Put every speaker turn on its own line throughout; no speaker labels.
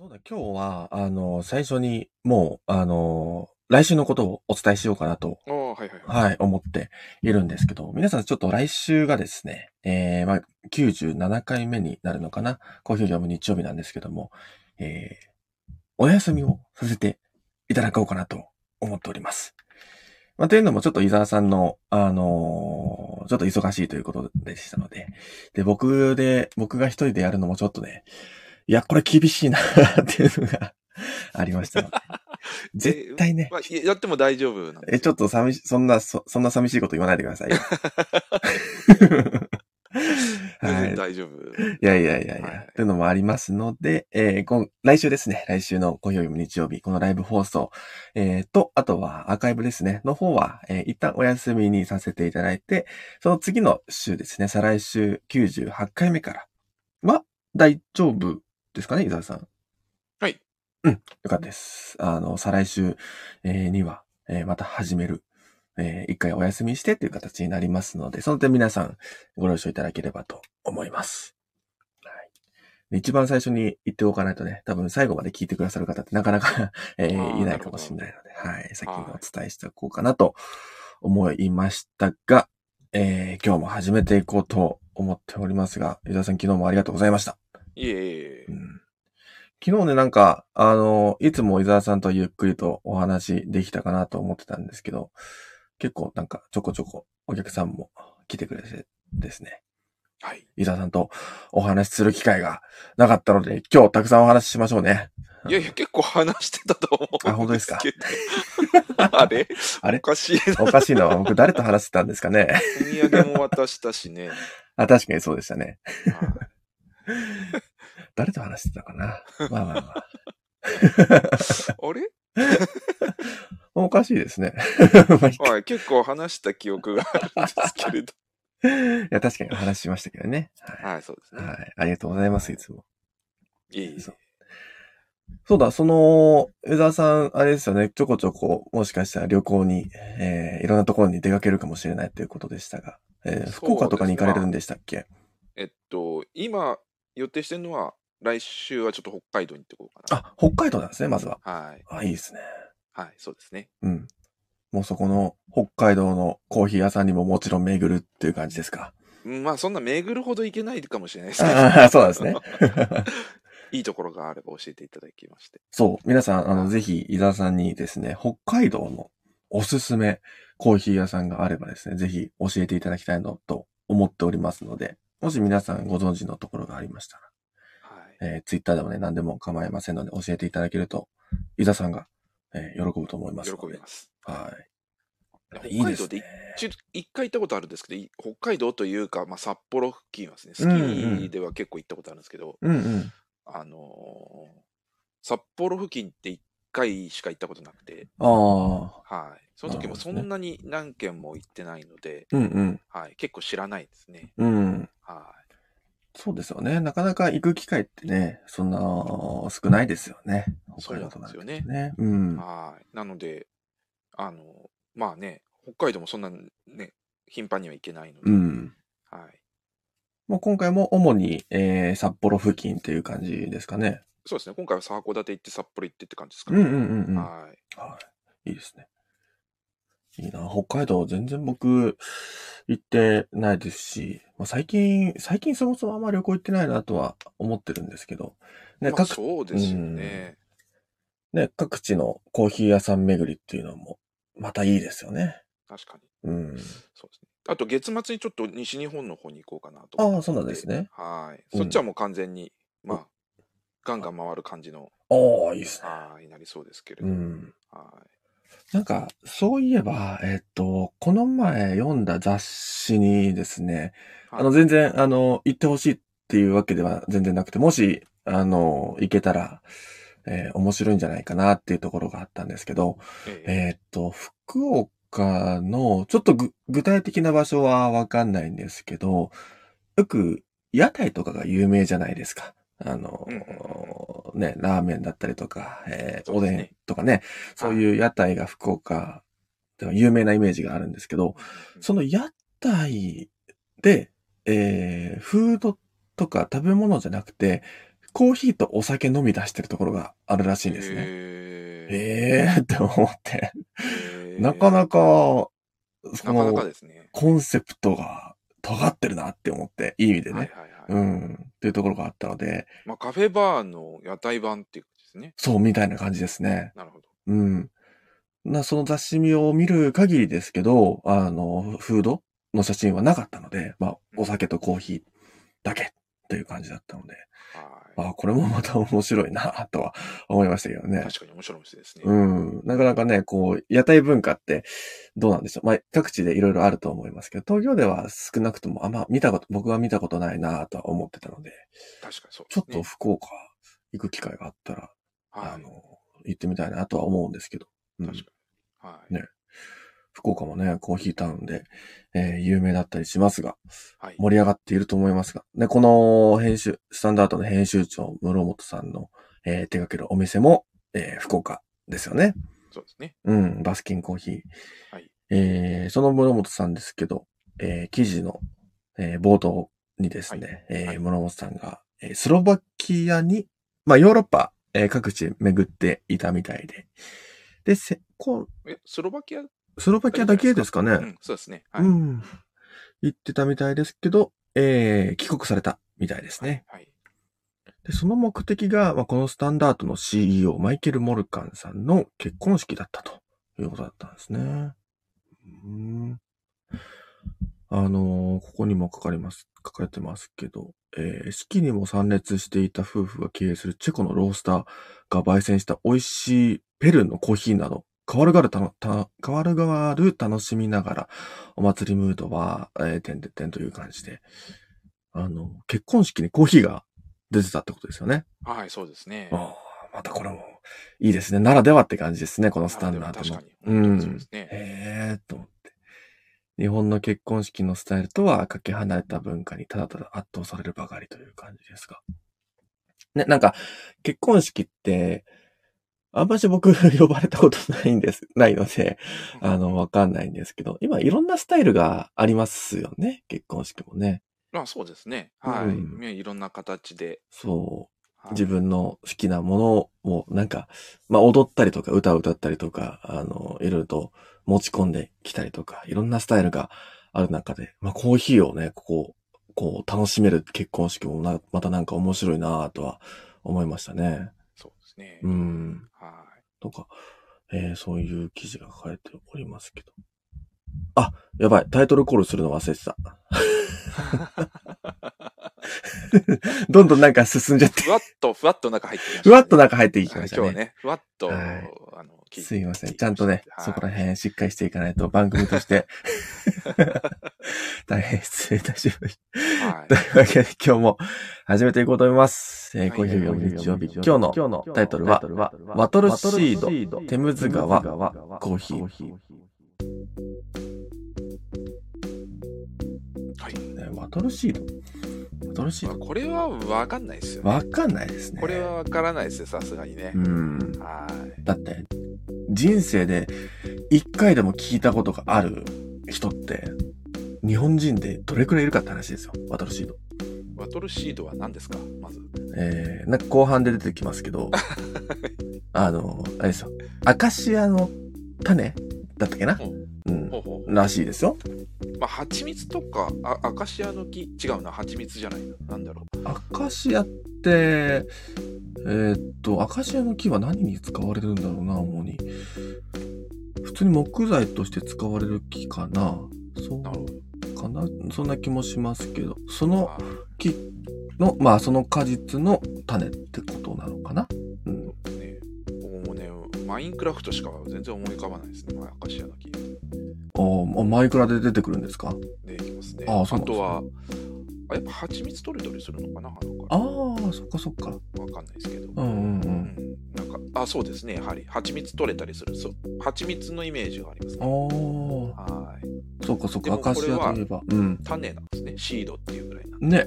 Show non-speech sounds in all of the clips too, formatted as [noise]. だ、今日は、あの、最初に、もう、あの、来週のことをお伝えしようかなと、
ああ、はいはいはい。
はい、思っているんですけど、皆さんちょっと来週がですね、えー、まあ、97回目になるのかな、コーヒー業務日曜日なんですけども、えー、お休みをさせていただこうかなと思っております。まあ、というのもちょっと伊沢さんの、あのーちょっと忙しいということでしたので、で、僕で、僕が一人でやるのもちょっとね、いや、これ厳しいな、っていうのがありましたので。絶対ね
ま。あ、いやっても大丈夫なんで
え、ちょっと寂し、そんな、そ、そんな寂しいこと言わないでください
[laughs]
よ。
全
はい
然。大丈夫。
いやいやいやいや、
はい
というのもありますので、えー今、来週ですね、来週の今曜日も日曜日、このライブ放送、えーと、あとはアーカイブですね、の方は、えー一旦お休みにさせていただいて、その次の週ですね、再来週98回目からは、大丈夫ですかね、伊沢さん。
はい。
うん、よかったです。あの、再来週、えーには、えーまた始める。えー一回お休みしてという形になりますので、その点皆さんご了承いただければと思います。で一番最初に言っておかないとね、多分最後まで聞いてくださる方ってなかなか、 [laughs] え
あ
ー、
ー
いないかもしれないので、はい、先にお伝えしておこうかなと思いましたが、えー今日も始めていこうと思っておりますが、伊沢さん昨日もありがとうございました。
いえいえいうえ。
ん昨日ね、なんか、あの、いつも伊沢さんとゆっくりとお話できたかなと思ってたんですけど、結構なんかちょこちょこお客さんも来てくれてですね。
はい。
伊沢さんとお話しする機会がなかったので、今日たくさんお話ししましょうね。
いやいや、結構話してたと思うんけど。
あ本当ですか
[laughs] あれ
あれ
おかしいな。
おかしいのは [laughs] 僕誰と話してたんですかね。
お土産も渡したしね。
あ、確かにそうでしたね。
は
誰と話してたかな。まあまあまあ。
いあれ
おかしいですね。 [laughs] まあいいか
はい。結構話した記憶があるんです
[laughs]
けれど。
いや、確かにお話ししましたけどね。は
はい、そうです
い。
ね。
はい。ありがとうございます、いつも。
いえいえ。
そうそうだ、その、江沢さん、あれですよね、ちょこちょこ、もしかしたら旅行に、えー、いろんなところに出かけるかもしれないということでしたが、えー福岡とかに行かれるんでしたっけ
えっと、今、予定してるのは、来週はちょっと北海道に行ってこうか
あ、北海道なんですね、まずは。
な。はい。
あ、いいですね。
はい、そうですね。
うん。もうそこの北海道のコーヒー屋さんにももちろん巡るっていう感じですか。
うんまあ、そんな巡るほどいけないかもしれないですけど
ああ、そうなんですね。
[laughs] いいところがあれば教えていただきまして。
そう。皆さん、あの、ぜひ、伊沢さんにですね、北海道のおすすめコーヒー屋さんがあればですね、ぜひ教えていただきたいのと思っておりますので、もし皆さんご存知のところがありました
はい。
ら、えー、ツイッターでもね、何でも構いませんので、教えていただけると、伊沢さんが、えー喜ぶと思いますので。
喜びます。
はい。
北海
いい
道
で
です
ね
ちょっと一回行ったことあるんですけど、い北海道というか、まあ、札幌付近はですね、スキーでは結構行ったことあるんですけど、
うんうん。
あのー札幌付近って一回しか行ったことなくて、
ああ。
はい。その時
な
も
るほ
そ
どね
んなに何軒も行ってないので、
うんうん。
はい。結構知らないですね。
うん。
は
そうですよね。なかなか行く機会ってね、そんな少ないですよね。
そうなんですよ
北海道となる
ね
とね。うん
い。。はい。なので、あのーまあね、北海道もそんなね、頻繁には行けないので、
うん。
はい。
もう今回も主に、えー、札幌付近っていう感じですかね。
そうですね、今回は函館行って札幌行ってって感じですか
うんうん
ね。
うんうん。は
は
い。
い。
いいですね。いいな。北海道全然僕行ってないですし、まあ、最近、最近そもそもあんま旅行行ってないなとは思ってるんですけど、ね、
まあ、
各
そうですよね。
ね、各地のコーヒー屋さん巡りっていうのも、またいいですよね。
確かに。
うん。
そうですね。あと、月末にちょっと西日本の方に行こうかなと
あ
思って。
あ、そうなんですね。
はい。
うん
そっちはもう完全に、まあ、ガンガン回る感じの、
ああ、いいっすね。
はい、なりそうですけれ
う
ど。
ん。
は
なんか、そういえば、えっ、と、この前読んだ雑誌にですね、
はい
あの、全然、あの、行ってほしいっていうわけでは全然なくて、もし、あの、行けたら、えー面白いんじゃないかなっていうところがあったんですけど、
い。ええ
えっ、と、福岡の、ちょっとぐ具体的な場所はわかんないんですけど、よく屋台とかが有名じゃないですか。あの
うんうん、
ね、ラーメンだったりとか、えー
そう
お
で
です
ね
んとかね、そういう屋台が福岡では有名なイメージがあるんですけど、その屋台で、えーフードとか食べ物じゃなくて、コーヒーとお酒のみ出してるところがあるらしいんですね。
へ
えーって思って、
ー
なかなか、そ
なかなか
の
ですね。
コンセプトが尖ってるなって思って、いい意味で
はい
ね。
はいはい。
うん。っていうところがあったので、
まあ、カフェバーの屋台版っていうことですね。
そうみたいな感じですね。
なるほど。
うん。な、その雑誌を見る限りですけど、あの、フードの写真はなかったので、まあ、お酒とコーヒーだけという感じだったので、
は
ああ、これもまた面白いな、とは思いましたけど
い。
ね。
確かに面白い店ですね。
うん。なかなかね、こう、屋台文化ってどうなんでしょう。まあ、各地でいろいろあると思いますけど、東京では少なくとも、あんま見たこと、僕は見たことないな、とは思ってたので、
確かにそう
ちょっ
です
と
ね。
福岡行く機会があったら、あ
は
の、行ってみたいなとは思うんですけど。う
い。
ん
確かに。はい。
ね福岡もね、コーヒータウンで、えー有名だったりしますが、
はい。
盛り上がっていると思いますが、で、この編集、スタンダードの編集長、室本さんの、えー手掛けるお店も、えー福岡ですよね。
そうですね。
うん、バスキンコーヒー。
はい
えーその室本さんですけど、えー記事の、えー冒頭にですね、えー
はい
室本さんが、えースロバキアに、まあ、ヨーロッパ、えー各地巡っていたみたいで、で、せこ
え、スロバキア
スロバキアだけですかね。
うん、そうですね。はい。
う
はい
ん。言ってたみたいですけど、えー、帰国されたみたいですね。
はい。
で、その目的が、まあ、このスタンダードの CEO、マイケル・モルカンさんの結婚式だったということだったんですね。うん。あのーここにも書かれます、書かれてますけど、えー式にも参列していた夫婦が経営するチェコのロースターが焙煎した美味しいペルーのコーヒーなど、変わるがるたの、た、変わるがわる楽しみながら、お祭りムードは、えー、点で点という感じで、あの、結婚式にコーヒーが出てたってことですよね。
はい、そうですね。
ああ、またこれも、いいですね。ならではって感じですね、このスタン
な
ダー
らで
ド
は
の。
確かに。
うん
本当にそうですね。
へえ、と思って。日本の結婚式のスタイルとはかけ離れた文化にただただ圧倒されるばかりという感じですが。ね、なんか、結婚式って、あんまし僕呼ばれたことないんです、 [laughs] ないので、あの、わかんないんですけど、今いろんなスタイルがありますよね、結婚式もね。
まあ、そうですね。はい。
うん
ねいろんな形で。
そう。
はい
自分の好きなものを、なんか、まあ、踊ったりとか、歌を歌ったりとか、あの、いろいろと持ち込んできたりとか、いろんなスタイルがある中で、まあ、コーヒーをね、こう、こう、楽しめる結婚式もな、またなんか面白いなぁとは思いましたね。
そうですね。
うん。
は
とか、えーそういう記事が書かれておりますけど。あ、やばい、タイトルコールするの忘れて
[laughs]
た。 [laughs] どんどんなんか進んじゃっ
い。
て、
ふわっと、ふわっと中入ってきましたね
ふわっとなんか入っていき
は
ま
い
した
今日
ね
は。ね、ふわっと、
はい
あの、聞
すいません。
聞
ちゃんとね、
はい
そこら辺しっかりしていかないと番組として、 [laughs] 大変失礼いたしました。 [laughs]
はい
というわけで今日も始めていこうと思います。えー、
はい
コーヒー
曜
業
日
日曜日。今
今
日
日
の今日
の今日
の
の
タ
タ
イ
イ
ト
ト
ル
ル
は
は、
バ
バ
ト
ト
ル
ル
シ
シ
ー
ー
ド
ド、
テ
テ
ム
ム
ズ
ズ
川
川、
コ
コ
ー
ー
ヒ
ヒ
ー
ー。
はい。
えーバトルシードバトルシ
ま
ー
あこれはわかんないですよ
ド
ね。
わかんないですね。
これは。わからないですよ、さすがにね
う。ん。
はい。
だって、人生で一回でも聞いたことがある人って、日本人でどれくらいいるかって話ですよ。バトルシード。
バトルシードは何ですかまず。
えー、なんか後半で出てきますけ
[laughs]
ど、あの、あれですよ。アカシアの種だったっけな
ほう
うん。
ほうほう。
らしいですよ。
まあ、蜂蜜とか、あアカシアの木、違うな、蜂蜜じゃないな。なんだろう。
アカシアって、えーっと、アカシアの木は何に使われるんだろうな、主に。普通に木材として使われる木かな。そ
なるほど
うかな。そんな気もしますけど、その
あ
木の、まあその果実の種ってことなのかな。うん。
ーね僕もね、マインクラフトしか全然思い浮かばないですね。まあアカシアの木。
おーマイクラで出てくるんですか
で、いきますね。
あ
あ
ーそうなんですね
とは、あやっぱ蜂蜜とりどりするのかな花か
あ
ら。
あ、そっかそっか。
わかんないですけど。
うんうんうん。
なんか、あ、そうですね、やはり。蜂蜜取れたりする。そう。蜂蜜のイメージがあります
あ
ね。
あ、
はい。
そうかそう
で
か、
も
アカシアといえば。うん。
種なんですね。シードっていうぐらいなんで。
ね、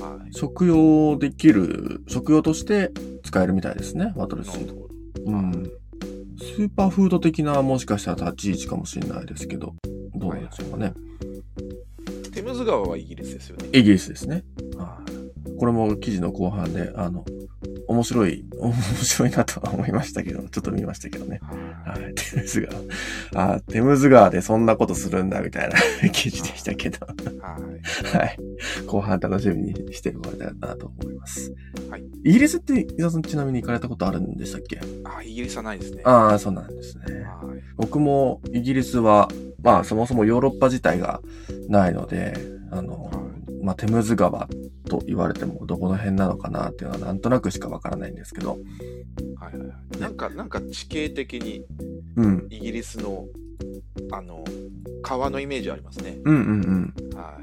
はい。
食用できる、食用として使えるみたいですね、ワトルシード。
ほ
うん。スーパーフード的な、もしかしたら立ち位置かもしれないですけど、どうなんでしょうかね。
どテムズ川はイギリスですよね。
イギリスですね。はいこれも記事の後半で、あの、面白い、 [laughs] 面白いなとは思いましたけど、ちょっと見ましたけどね。はい。テムズ川。あ、テムズ川でそんなことするんだ、みたいな [laughs] 記事でしたけど。
はい。
はい。後半楽しみにしてもらえたらなと思います。
はい。
イギリスって、伊沢さんちなみに行かれたことあるんでしたっけ
あ、イギリスはないですね。は
ああ、そうなんですね。
い。
僕もイギリスは、まあそもそもヨーロッパ自体がないので、あの、まあテムズ川と言われてもどこの辺なのかなっていうのはなんとなくしかわからないんですけど、
はいはいはい。なんか、なんか地形的に
うん。
イギリスの、あの、川のイメージありますね。
うんうんうん。
は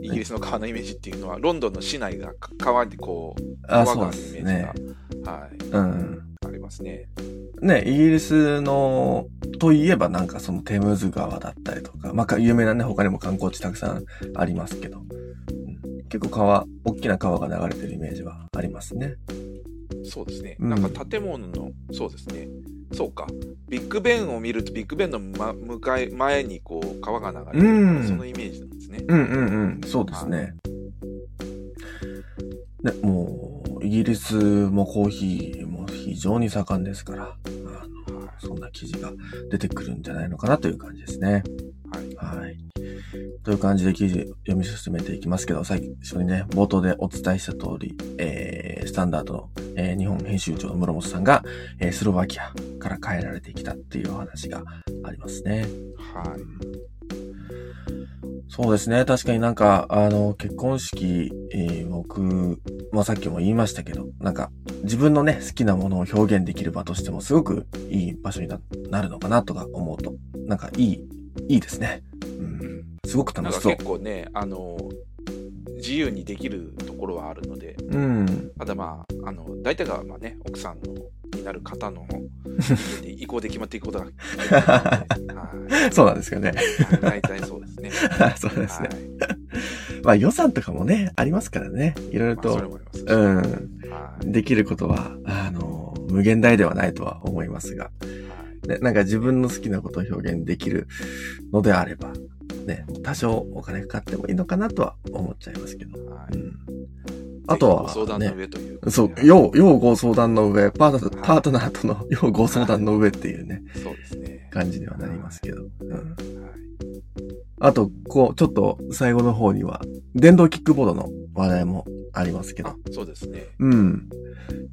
い。イギリスの川のイメージっていうのは、ロンドンの市内が川でこう、
あ、
川が
そ
あ
う
る
で
イメ
す
ージ
ね
が。、はい、
うん。
ありますね。
ね、イギリスの、といえばなんかそのテムズ川だったりとか、まあ有名なね、他にも観光地たくさんありますけど、うん結構川、大きな川が流れてるイメージはありますね。
そうですね。
うん
なんか建物の、そうですね。そうか。ビッグベンを見ると、ビッグベンの、ま、向かい前にこう川が流れてる、
うん
そのイメージなんですね。
うんうんうん、そうですね。ね、もう、イギリスもコーヒーも非常に盛んですから、あの
は
そんな記事が出てくるんじゃないのかなという感じですね。
い。はい
はい。という感じで記事読み進めていきますけど、最初にね、冒頭でお伝えした通り、えー、スタンダードの、えー日本編集長の室本さんが、えースロバキアから帰られてきたっていうお話がありますね。
はい。
そうですね。確かになんか、あの、結婚式、えー僕、まあ、さっきも言いましたけど、なんか、自分のね、好きなものを表現できる場としても、すごくいい場所にななるのかなとか思うと、なんか、いい、いいですね。うん。すごく
な
楽
ん
し
か
そう
結。構ね、あの、自由にできるところはあるので、
うん。
ただまあ、あの大体がまあ、ね、奥さんのになる
[laughs]
方の意向で決まっていくことが多いのでは
[laughs] そうなんですよね。
い大体そうですね。
[laughs] そうですね。
はい
まあ、予算とかもね、ありますからね。いろいろ
まあ、それ
と、
もありますし
うん。
はい
できることは、あの、無限大ではないとは思いますが。
はい
ね、なんか自分の好きなことを表現できるのであれば、ね、多少お金かかってもいいのかなとは思っちゃいますけど。
は
う
い
ん、あと
ぜひご相
は、
談の
ね、
上ということで。
そう、要、要ご相談の上、パートパートナーとの要ご相談の上っていうね、
そうですね。
感じにはなりますけど。うん、
は
あと、こう、ちょっと最後の方には、電動キックボードの話題もありますけ
い、あ
ど。
そうですね。
うん。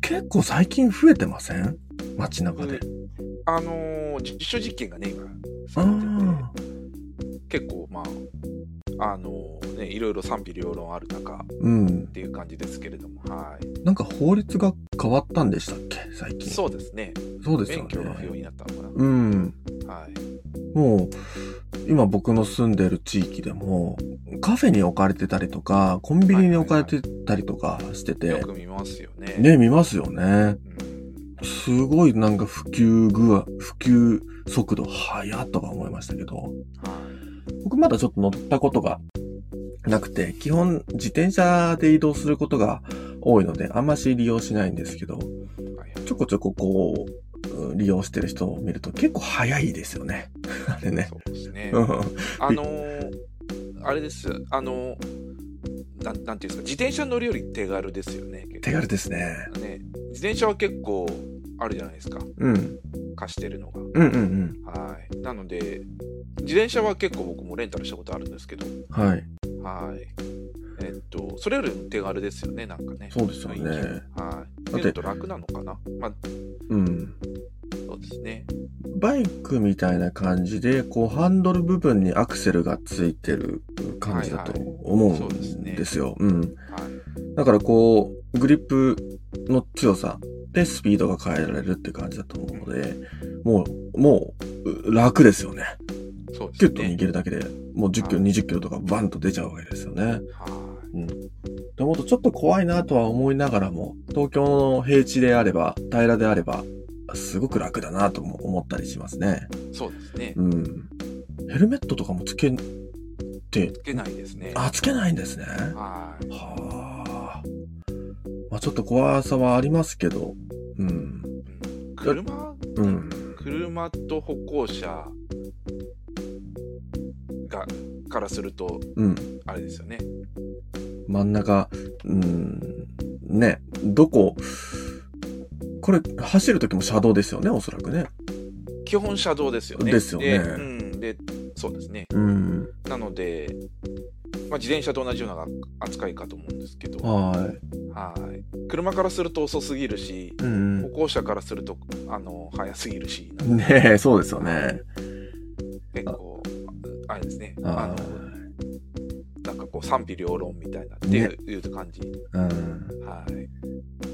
結構最近増えてません街中で。
あのーじ実証実験がね、今、
あ
され
あ
てて、結構、まあ、あのーね、いろいろ賛否両論ある中っ
うん。
ていう感じですけれども、はい。
なんか法律が変わったんでしたっけ最近。
そうですね。
そうですよ
免許が不要
ね。
になったのか
うん。
な。はい。
もう、今僕の住んでる地域でも、カフェに置かれてたりとか、コンビニに置かれてたりとかしてて、
よく見ますよね。
ね、見ますよね。
うん
すごいなんか普及具合、普及速度早っとか思いましたけど、
は
僕まだちょっと乗ったことがなくて、基本自転車で移動することが多いので、あんまし利用しないんですけど、
いはい
ちょこちょここううん、利用してる人を見ると結構早いですよね。 [laughs] あれね。
そうですね。
うん。
あのーあれです。あのーなん、なんていうんですか、自転車乗るより手軽ですよね。結構
手軽ですね。
ね、自転車は結構あるじゃないですか
うん。
貸してるのが
うんうん
はいなので自転車は結構僕もレンタルしたことあるんですけど
うん。はい。
はいえっとそれよりも手軽ですよねなんかね
そうですよ
雰囲
ね。
気は
だ
い
って
っていうのと楽なのかなまあ
うん。
そうですね
バイクみたいな感じで、こう、ハンドル部分にアクセルがついてる感じだと
はい
思う
そうです
ん
ね
ですよ。うん。
はい
だからこう、グリップの強さでスピードが変えられるって感じだと思うので、もう、もう、う楽ですよね。
そうで
キュ
す
ッと握
ね
るだけで、もう10キロ、
はい
20キロとかバンと出ちゃうわけですよね。
はい
でもっとちょっと怖いなとは思いながらも、東京の平地であれば、平らであれば、すごく楽だなとも思ったりしますね。
そうですね
うん。ヘルメットとかもつけて、
つけないですね
あ、つけないんですね。
はい
はあ。まあちょっと怖さはありますけど、うん。
うん車
うん。
車と歩行者がからすると
うん。
あれですよね
真ん中、うん、ね、どこ、これ、走る時も車道ですよね、おそらくね。
基本車道ですよね。
ですよね
でうん、でそうですね。
うん。
なので、まあ、自転車と同じような扱いかと思うんですけど、
は
はい車からすると遅すぎるし、
い。うん
歩。行者からするとあの早すぎるし、
ねえ、そうですよね。
結構、ああれですね、あ
あ
のなんかこう賛否両論みたいなっていう,、いう感じ。
あ。うん。
はい、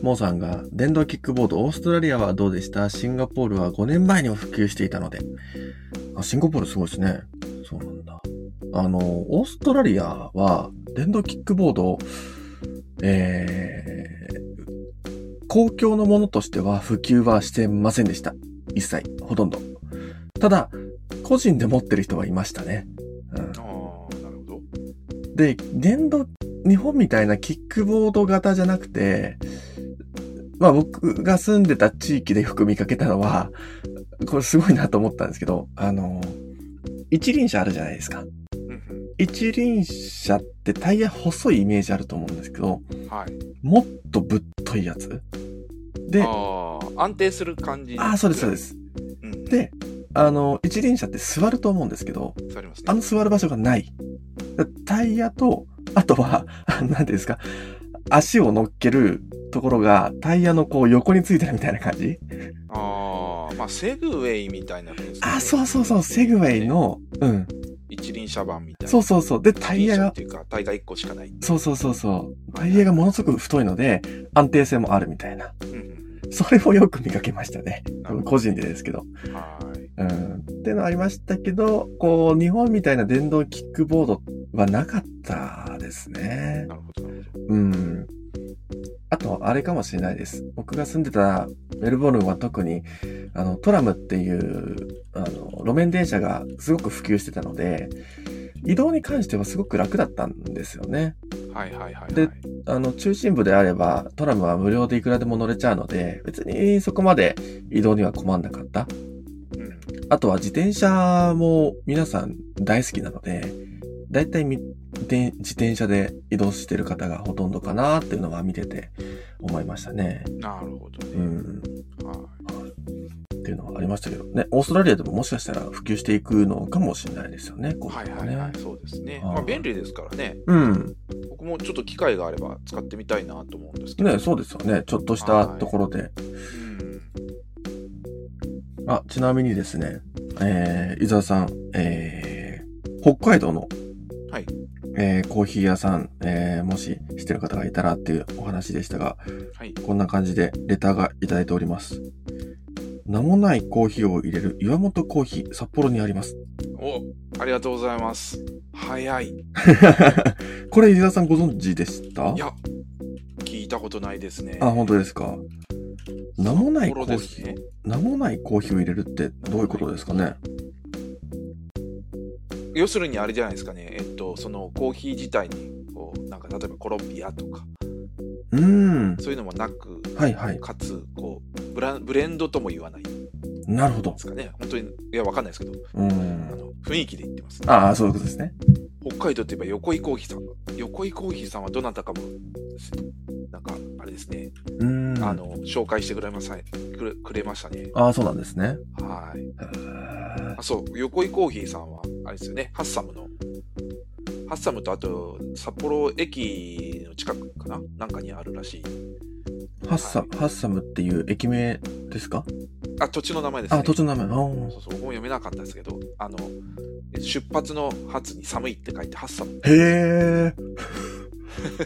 モーさんが、電動キックボード、オーストラリアはどうでしたシンガポールは5年前にも普及していたので。あ、シンガポールすごいですね。そうなんだ。あの、オーストラリアは、電動キックボード、えー、公共のものとしては普及はしてませんでした。一切、ほとんど。ただ、個人で持ってる人はいましたね。うん
ああ、なるほど。
で、電動、日本みたいなキックボード型じゃなくて、まあ僕が住んでた地域でよく見かけたのは、これすごいなと思ったんですけど、あの、一輪車あるじゃないですか。
うん
一輪車ってタイヤ細いイメージあると思うんですけど、
うんはい。
もっとぶっといやつ。で、
ああ、安定する感じ。
ああ、そうです、そうで。す。
うん、
であの、一輪車って座ると思うんですけど、
座りますね。
あの座る場所がない。だタイヤと、あとは、 [laughs] 何ですか、足を乗っけるところがタイヤのこう横についてるみたいな感じ
ああ、まあ、セグウェイみたいな感じですかね
あ、そうそうそう、セグウェイ。の、うん、
一輪車版みたいな。
そうそうそう。で、タイヤ
一輪車っ
が、
ていうか、タイヤ1個しかない。
そうそうそうそう、タイヤがものすごく太いので、安定性もあるみたいな。
うんうん
それをよく見かけましたね。
なるほど
個人でですけど。
うんはい。
うん、ってのありましたけど、こう、日本みたいな電動キックボードはなかったですね。
なるほど、なるほど。
うん。あと、あれかもしれないです。僕が住んでたメルボルンは特に、あの、トラムっていう、あの、路面電車がすごく普及してたので、移動に関してはすごく楽だったんですよね。
はいはいはい、はい。
であの、中心部であれば、トラムは無料でいくらでも乗れちゃうので、別にそこまで移動には困んなかった。
うん、
あとは自転車も皆さん大好きなので、だいたいみで自転車で移動してる方がほとんどかなっていうのは見てて思いましたね。
なるほどね。
うん。
はい。
っていうのはありましたけどね。オーストラリアでももしかしたら普及していくのかもしれないですよね。こう
は
う
い
の
は
が
い
ね
はい、そうですね。
はい
まあ便利ですからね。
うん。
僕もちょっと機会があれば使ってみたいなと思うんですけど。
ね、そうですよね。ちょっとしたところで。
うん。
あ、ちなみにですね、えー、伊沢さん、えー、北海道の、
はい。
えー、コーヒー屋さん、えー、もし知ってる方がいたらっていうお話でしたが、
はい。
こんな感じでレターがいただいております。名もないコーヒーを入れる岩本コーヒー札幌にあります。 [laughs]
お、ありがとうございます。早い。い
これ、伊沢さんご存知でした
や、聞いたことないですね。
あ、本当ですか。名もない
札
コ
幌
ー
です
ヒー、
ね。
名もないコーヒーを入れるってどういうことですかね。
要するにあれじゃないですかね。えっと、そのコーヒー自体に、こう、なんか例えばコロンビアとか、
うーん。
そういうのもなく、
はいはい。
かつ、こう、ブランブレンドとも言わないで
なるほど。
すかね。本当に、いや、わかんないですけど、
うー
あ
ん。
の雰囲気で言ってます。
ああ、そういうことですね。
北海道といえば横井コーヒーさん横井コーヒーさんはどなたかもなんかあれですね、
うーん。
あの紹介してくれまさくれくれましたね
ああ、そうなんですね。
はい
へー
あそう横井コーヒーさんはあれですよねハッサムのハッサムとあと札幌駅の近くかななんかにあるらしい
ハッサム、ハッサムっていう駅名ですか
あ土地の名前ですね
あ、土地の名前。あ
そうそう僕も読めなかったですけどあの出発の「発」に「寒い」って書いてハッサム
ーへえ。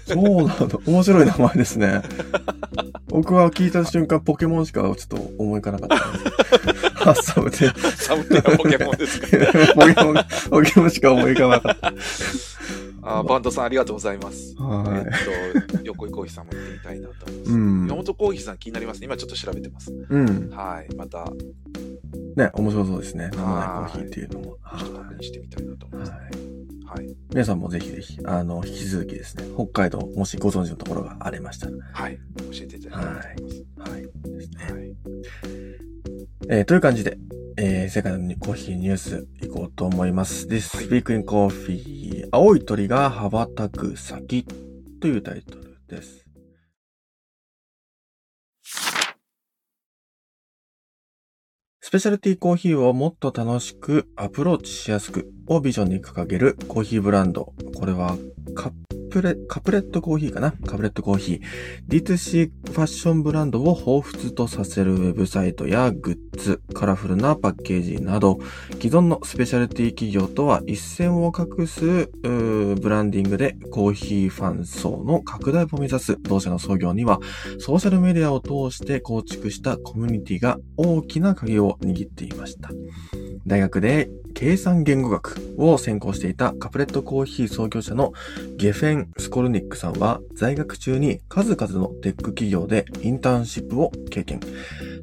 そうなんだ。面白い名前ですね。僕は聞いた瞬間、ポケモンしかちょっと思い浮かなかったんですけど。ハッサムって、
ハッサムってポケモンですか
ポケモン、ポケモンしか思い浮かばなかった。
あバンドさんありがとうございます
は
えっと、横井コーヒーさんも行ってみたいなと思います。
うん
山本コーヒーさん気になりますね。今ちょっと調べてます。
い。うん。
はい。また、ちょ
ね、面白そうですね。名もないコーヒーっていうのも。は
っと確認してみたいなと思います。
い。
はい。
皆さんもぜひぜひ、あの、引き続きですね、北海道、もしご存知のところがありましたら、
はい。教えていただきたいと思い
はい。ですね
ます。。はい。
えーという感じで、えー世界のコーヒーニュース行こうと思います。This
はい
Week in Coffee 青い鳥が羽ばたく先というタイトルです。スペシャルティーコーヒーをもっと楽しくアプローチしやすくをビジョンに掲げるコーヒーブランド。これはカプレ、カプレットコーヒーかなカプレットコーヒー。D2C ファッションブランドを彷彿とさせるウェブサイトやグッズ、カラフルなパッケージなど、既存のスペシャルティー企業とは一線を画すうーブランディングでコーヒーファン層の拡大を目指す同社の創業にはソーシャルメディアを通して構築したコミュニティが大きな鍵を握っていました。大学で計算言語学を専攻していたカプレットコーヒー創業者のゲフェン・スコルニックさんは在学中に数々のテック企業でインターンシップを経験。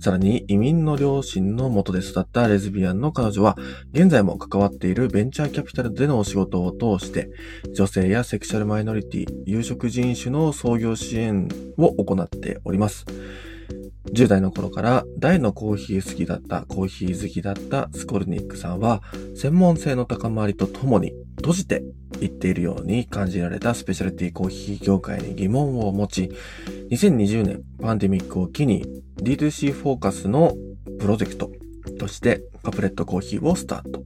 さらに移民の両親の下で育ったレズビアンの彼女は現在も関わっているベンチャーキャピタルでのお仕事を通して女性やセクシャルマイノリティ、有色人種の創業支援を行っております。10代の頃から大のコーヒー好きだったコーヒー好きだったスコルニックさんは専門性の高まりとともに閉じていっているように感じられたスペシャルティーコーヒー業界に疑問を持ち2020年パンデミックを機に D2C フォーカスのプロジェクトとしてカプレットコーヒーをスタート。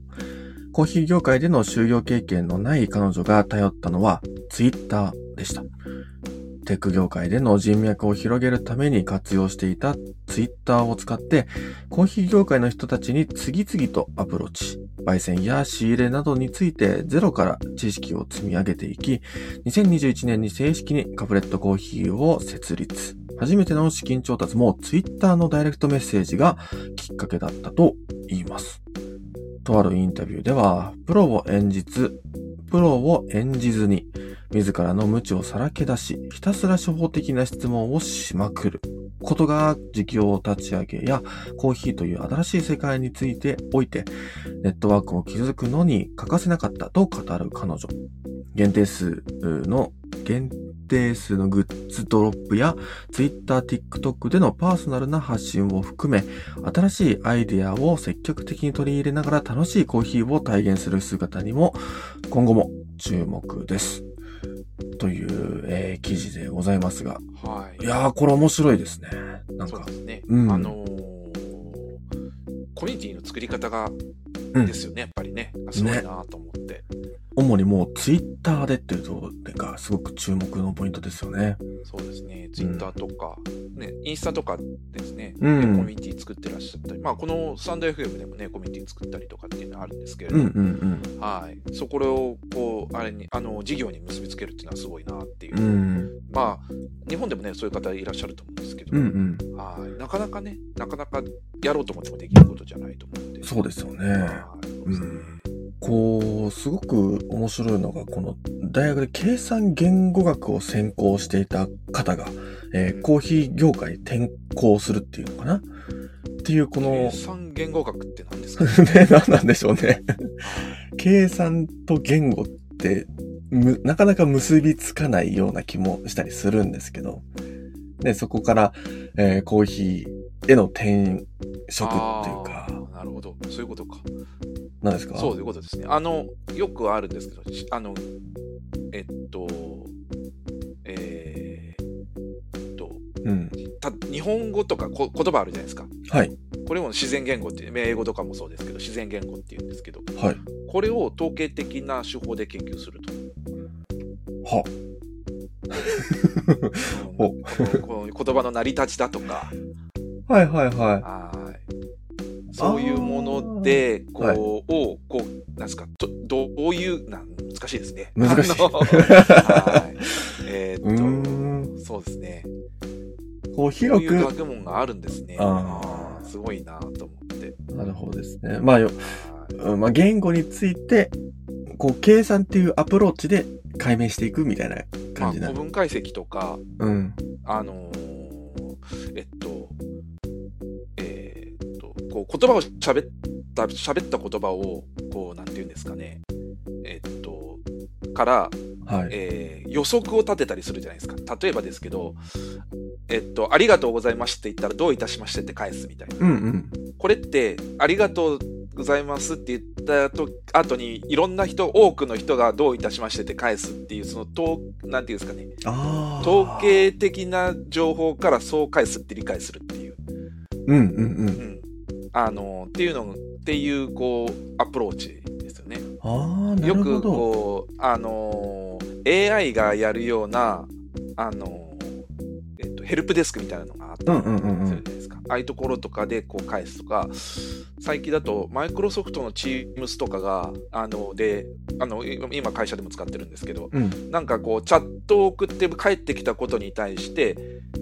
コーヒー業界での就業経験のない彼女が頼ったのはツイッターでした。テック業界での人脈を広げるために活用していたツイッターを使って、コーヒー業界の人たちに次々とアプローチ、焙煎や仕入れなどについてゼロから知識を積み上げていき、2021年に正式にカプレットコーヒーを設立。初めての資金調達もツイッターのダイレクトメッセージがきっかけだったと言います。とあるインタビューでは、プロを演じつ、プロを演じずに、自らの無知をさらけ出し、ひたすら初歩的な質問をしまくることが、事業立ち上げやコーヒーという新しい世界についておいて、ネットワークを築くのに欠かせなかったと語る彼女。限定数の、限定数のグッズドロップや、Twitter、TikTok でのパーソナルな発信を含め、新しいアイデアを積極的に取り入れながら楽しいコーヒーを体現する姿にも、今後も注目です。という、えー記事でございますが。
はい。
いやー、これ面白いですね。なん
そう
か
で、すね。
うん
あのーコミュニティの作り方が
うん
ですよね、やっぱりね。あすごいなと思って、
主にもう Twitter でっていうところがすごく注目のポイントですよね。
そうですね、ツイッターとか、ね、インスタとかですね、
う
でコ
ん。
ミュニティ作ってらっしゃったり、まあ、このサンド FM でもね、コミュニティ作ったりとかっていうのはあるんですけれ
う
ど
ん
も、
うん
はい、そこをこうあれにあの事業に結びつけるっていうのはすごいなっていう、
うん。うん。
まあ、日本でもね、そういう方いらっしゃると思うんですけど、
うんうん。
はいなかなかね、なかなかやろうと思ってもできることじゃないと思うんで。
そうですよね
はいそう
う
ですね
ん。こう、すごく面白いのが、この大学で計算言語学を専攻していた方が、えーコーヒー業界転校するっていうのかなっていう、この
計、算言語学って何ですか
[laughs] ね、何なんでしょうね。 [laughs] 計算と言語って、むなかなか結びつかないような気もしたりするんですけど、で、そこから、えーコーヒーへの転職っていう
あ
か、
ーなるほど。そういうことか。
何ですか
そういうことですね。あの、よくあるんですけど、しあの、えっと、えーっと、
うん。
た日本語とかこ言葉あるじゃないですか。
はい。
これも自然言語って、英語とかもそうですけど、自然言語って言うんですけど、
はい。
これを統計的な手法で研究すると。
は。
このこの言葉の成り立ちだとか、
はいはいはい。
はいそういうもので、こう、
はい
を、こう、なんですか、どどういう、なん難しいですね。
難しい
あのはい。え
う
ーっ
ーん。
と、そうですね。
こう
こう
広
いう
く。
学問があるんですね。
あー
あーすごいなと思って。
なるほどですね。まあよ、
はい
うんまあ、言語について、こう、計算っていうアプローチで解明していくみたいな
まあ、
感じな
古
の。
文解析とか、
うん。
あのーえっと、えーっと、こう言葉を喋った、喋った言葉を、こう、なんて言うんですかね、えっと、から、
はい。
えー予測を立てたりするじゃないですか。例えばですけど、えっと、ありがとうございますって言ったら、どういたしましてって返すみたいな。
うんうん。
これって、ありがとうございますって言ったと後に、いろんな人、多くの人がどういたしましてって返すっていう、その、となんていうんですかね、
ああ。
統。計的な情報からそう返すって理解するっていう、
うんうんうん。
うん、あのっていうのっていうこうアプローチですよね。
ああ、な
よ
る
く
ほど。
こうあの AI がやるようなあの、えっと、ヘルプデスクみたいなのがあった
うん
り
うんうんう
す
ん。
るじゃないですか、ああいうところとかでこう返すとか最近だとマイクロソフトの Teams とかがあのであのい今会社でも使ってるんですけど
うん。
なんかこうチャットを送って返ってきたことに対して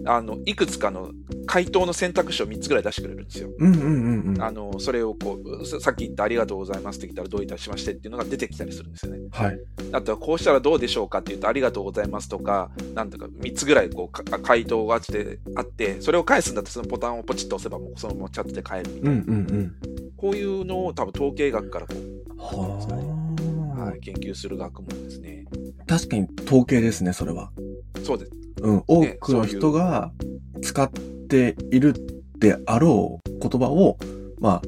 あのいくつかの回答の選択肢を3つぐらい出してくれるんですよ。
うんうんうんうん。
あ
は
のそれをこうささっき言った「ありがとうございます」って来たら「どういたしまして」っていうのが出てきたりするんですよね。
い。
あとはこうしたらどうでしょうかって言うと「ありがとうございます」とかなんとか3つぐらいこうか回答があってあってそれを返すんだってそのボタンをポチッと押せばもうそのままチャットで返るみ
う
たい
んう
な、
ん
こういうのを多分統計学からこう、
うん。
は、
はい
研究する学問ですね。
あ。確かに統計ですね、それは。
そうです
うん。多くの
そういう
人が使っているであろう言葉を、まあ、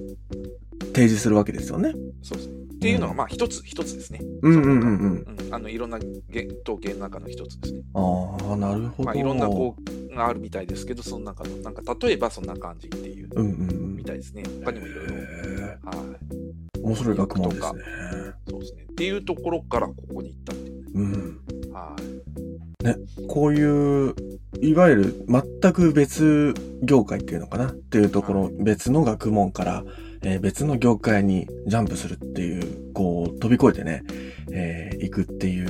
提示するわけですよね。
そうですねっていうのがまあ一つ一つですね。
うんうんうんうん。
うん、あのいろんなげ統計の中の一つですね。
ああ、なるほど。
まあ、いろんなこうがあるみたいですけど、その中の、なんか例えばそんな感じっていう
う。うんうんうん
み。たいですね。他にもいろいろ。は
へえ
い。
面白い学問です
と
ね。
そうですね。っていうところからここに行ったっていうね。
うん。
はい。
こういう、いわゆる全く別業界っていうのかなっていうところ、別の学問から、えー別の業界にジャンプするっていう、こう飛び越えてね、えー行くってい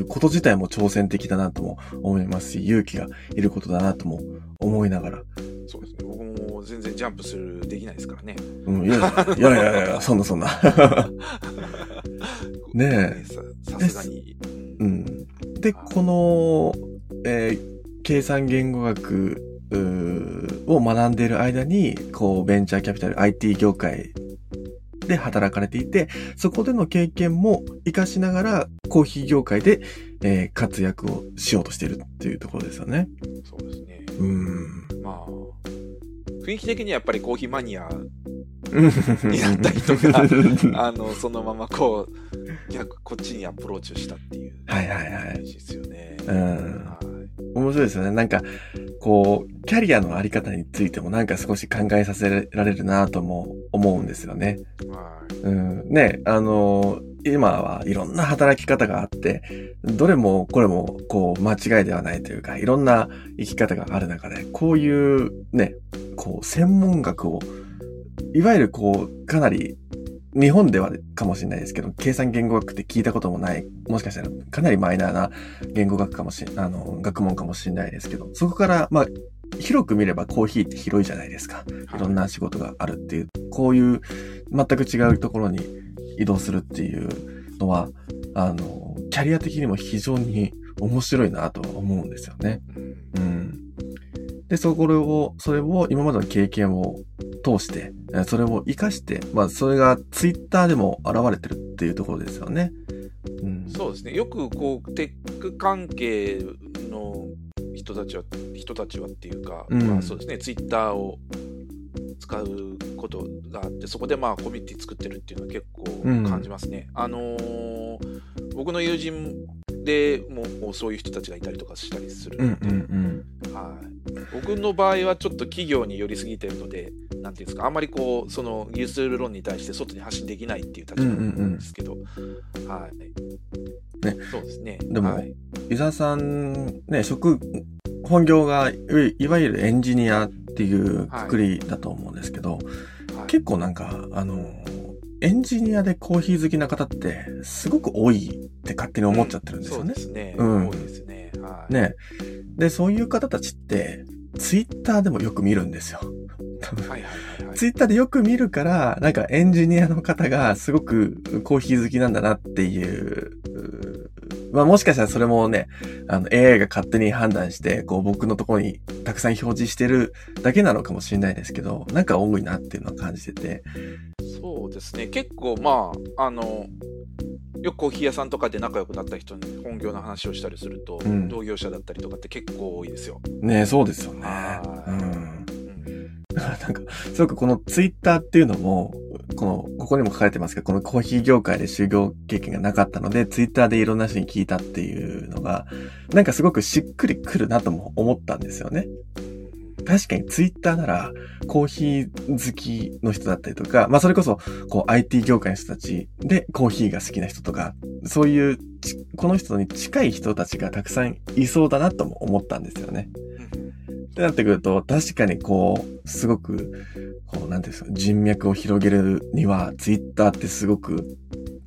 うこと自体も挑戦的だなとも思いますし、勇気がいることだなとも思いながら、
そうですね。僕も全然ジャンプする、できないですからね。
うん、いやいやいやいやいや、そんなそんな。ねえ
ささすがに。う
うんん、で、この、えー計算言語学うーを学んでいる間に、こう、ベンチャーキャピタル、IT 業界で働かれていて、そこでの経験も活かしながら、コーヒー業界で、えー活躍をしようとしているっていうところですよね。
そうですね。 [laughs]
うん。
まあ、雰囲気的にはやっぱりコーヒーマニア
に
なったりとか
は [laughs]
あのそのままこう逆こっちにアプローチをしたっていう
いはいはい。
感じですよね。
うん
はい
面白いですよね。なんか、こう、キャリアのあり方についてもなんか少し考えさせられるなとも思うんですよね。
はい
うん。ね、あの、今はいろんな働き方があって、どれもこれもこう間違いではないというか、いろんな生き方がある中で、こういうね、こう専門学を、いわゆるこう、かなり日本ではかもしれないですけど、計算言語学って聞いたこともない、もしかしたらかなりマイナーな言語学かもしれ、あの、学問かもしれないですけど、そこから、まあ、広く見ればコーヒーって広いじゃないですか。いろんな仕事があるっていう、こういう全く違うところに移動するっていうのは、あの、キャリア的にも非常に面白いなとは思うんですよね。
うん
うん。で、そこを、それを今までの経験を通して、えそれを活かして、まあ、それがツイッターでも現れてるっていうところですよね。うん。
そうですねよくこうテック関係の人たちは人たちはっていうか、
うん
まあ、そうですねツイッターを使うことがあってそこでまあコミュニティ作ってるっていうのは結構
うん
感じますね。あのー僕の友人でももうそういう人たちがいたりとかしたりする
うん
ので、
うん
はい、僕の場合はちょっと企業に寄りすぎてるので、なんていうんですか、あんまりこう、その技術論に対して外に発信できないっていう立場なんですけど、はい。
ね
そうですね。
でも
はい、
うん。伊沢さん、ね、職、本業がいわゆるいわゆるエンジニアっていうくくりだと思うんですけど、
はい
結構なんか、あの、エンジニアでコーヒー好きな方ってすごく多いって勝手に思っちゃってるんですよ
そう
ね
で。すね。
うん
多いですね。はい。
ね。で、そういう方たちって、ツイッターでもよく見るんですよ。多分
はいはいはい、はい。
ツイッターでよく見るから、なんかエンジニアの方がすごくコーヒー好きなんだなっていう、うーまあもしかしたらそれもね、あの AI が勝手に判断して、こう僕のところにたくさん表示してるだけなのかもしれないですけど、なんか多いなっていうのは感じてて。
そうですね。結構まあ、あの、よくコーヒー屋さんとかで仲良くなった人に本業の話をしたりすると、
うん
同業者だったりとかって結構多いですよ。
ねそうですよね。
は
う
い
ん。
うん、
なんか、すごくこのツイッターっていうのも、この、ここにも書かれてますけど、このコーヒー業界で就業経験がなかったので、ツイッターでいろんな人に聞いたっていうのが、なんかすごくしっくりくるなとも思ったんですよね。
うん
確かにツイッターなら、コーヒー好きの人だったりとか、まあそれこそ、こう IT 業界の人たちでコーヒーが好きな人とか、そういうち、この人に近い人たちがたくさんいそうだなとも思ったんですよね。ってなってくると、確かにこう、すごく、こう、なんていうんですか、人脈を広げるには、ツイッターってすごく、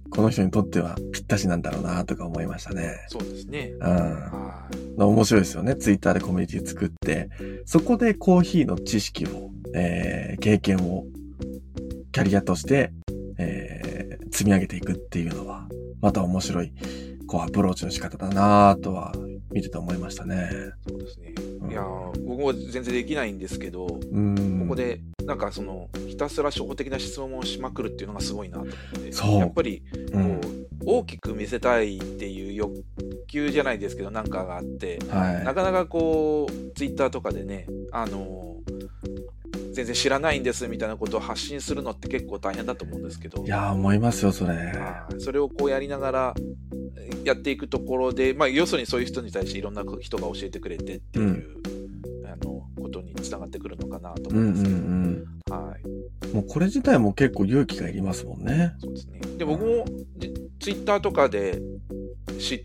この人にとってはぴったしなんだろうなとか思いましたね。
そうですね。
うん。
は
面白いですよね。ツイッターでコミュニティ作って、そこでコーヒーの知識を、えー経験を、キャリアとして、えー積み上げていくっていうのは、また面白い、こう、アプローチの仕方だなぁとは、見てて思いましたね。
い。そうですね。
うん
いやー僕も全然できないんですけど、
うん。
ここでなんかそのひたすら初歩的な質問をしまくるっていうのがすごいなと思って
そう
やっぱりこう、
うん、
大きく見せたいっていう欲求じゃないですけどなんかがあってな
は
かなかこうツイッターとかでねあの全然知らないんですみたいなことを発信するのって結構大変だと思うんですけど
い。いやー、思いますよ、それ。
はいそれをこうやりながらえーやっていくところで、まあ、要するにそういう人に対していろんな人が教えてくれてっていう、あのことにつながってくるのかなと
う
思
ん
う
うんん
で
う
すけど、
ん。
はい、
もうこれ自体も結構勇気がいりますもんね。
そうですね。で、僕もでツイッターとかで知っ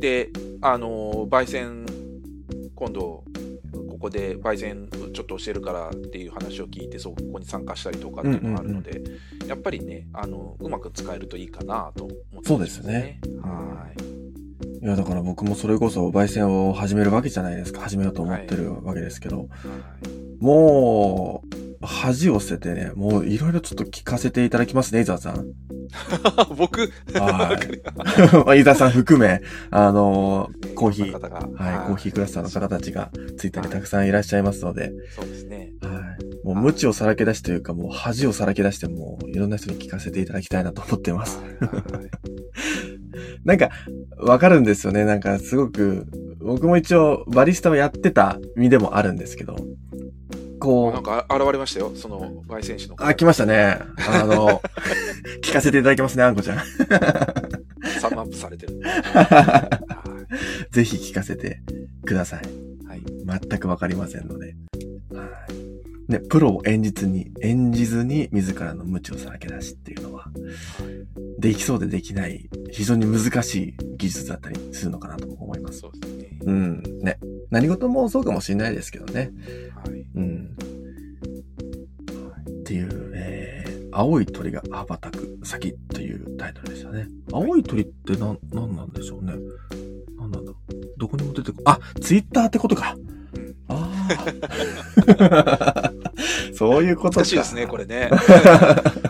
て、あのー、焙煎、今度、ここで焙煎ちょっと教えるからっていう話を聞いて、そこに参加したりとかっていうのがあるので、やっぱりね、あのうまく使えるといいかなと思って
そうですね
はい
や、だから僕もそれこそ焙煎を始めるわけじゃないですか。始めようと思ってるわけですけど、
い。はい
もう、恥を捨ててね、もういろいろちょっと聞かせていただきますね、伊沢さ [laughs] ん。
僕、
はい
わかりま
伊沢さん含 [laughs] め、あの
すね
コーヒ
い
ー、
ろんな方が
はい、コーヒークラスターの方たちがツイッターにたくさんいらっしゃいますので、
そうですね。
はい。もう無知をさらけ出しというか、もう恥をさらけ出して、もういろんな人に聞かせていただきたいなと思ってます。
はいはいはい
なんか、わかるんですよね。なんか、すごく、僕も一応、バリスタをやってた身でもあるんですけど、こう
な、んかあ現れましたよ、その焙煎師の方。
あ、来ましたね。あ
[laughs]
の、聞かせていただきますね、あんこちゃん。 [laughs]
サムアップされてる。はい
ぜひ聞かせてください。
はい。
全くわかりませんので。はい。ね、プロを演じずに、演じずに自らの無知をさらけ出しっていうのは、できそうでできない、非常に難しい技術だったりするのかなとも思います。
そうですね。
うん。ね。何事もそうかもしれないですけどね。
はい。
うん。っていう、えー、青い鳥が羽ばたく先というタイトルでしたね。青い鳥ってなん、なんなんでしょうね。なんなんだろうどこにも出てこ、あ、ツイッターってことか。
うん
ああ。 [laughs] そういうことか。
難しいですね、これね。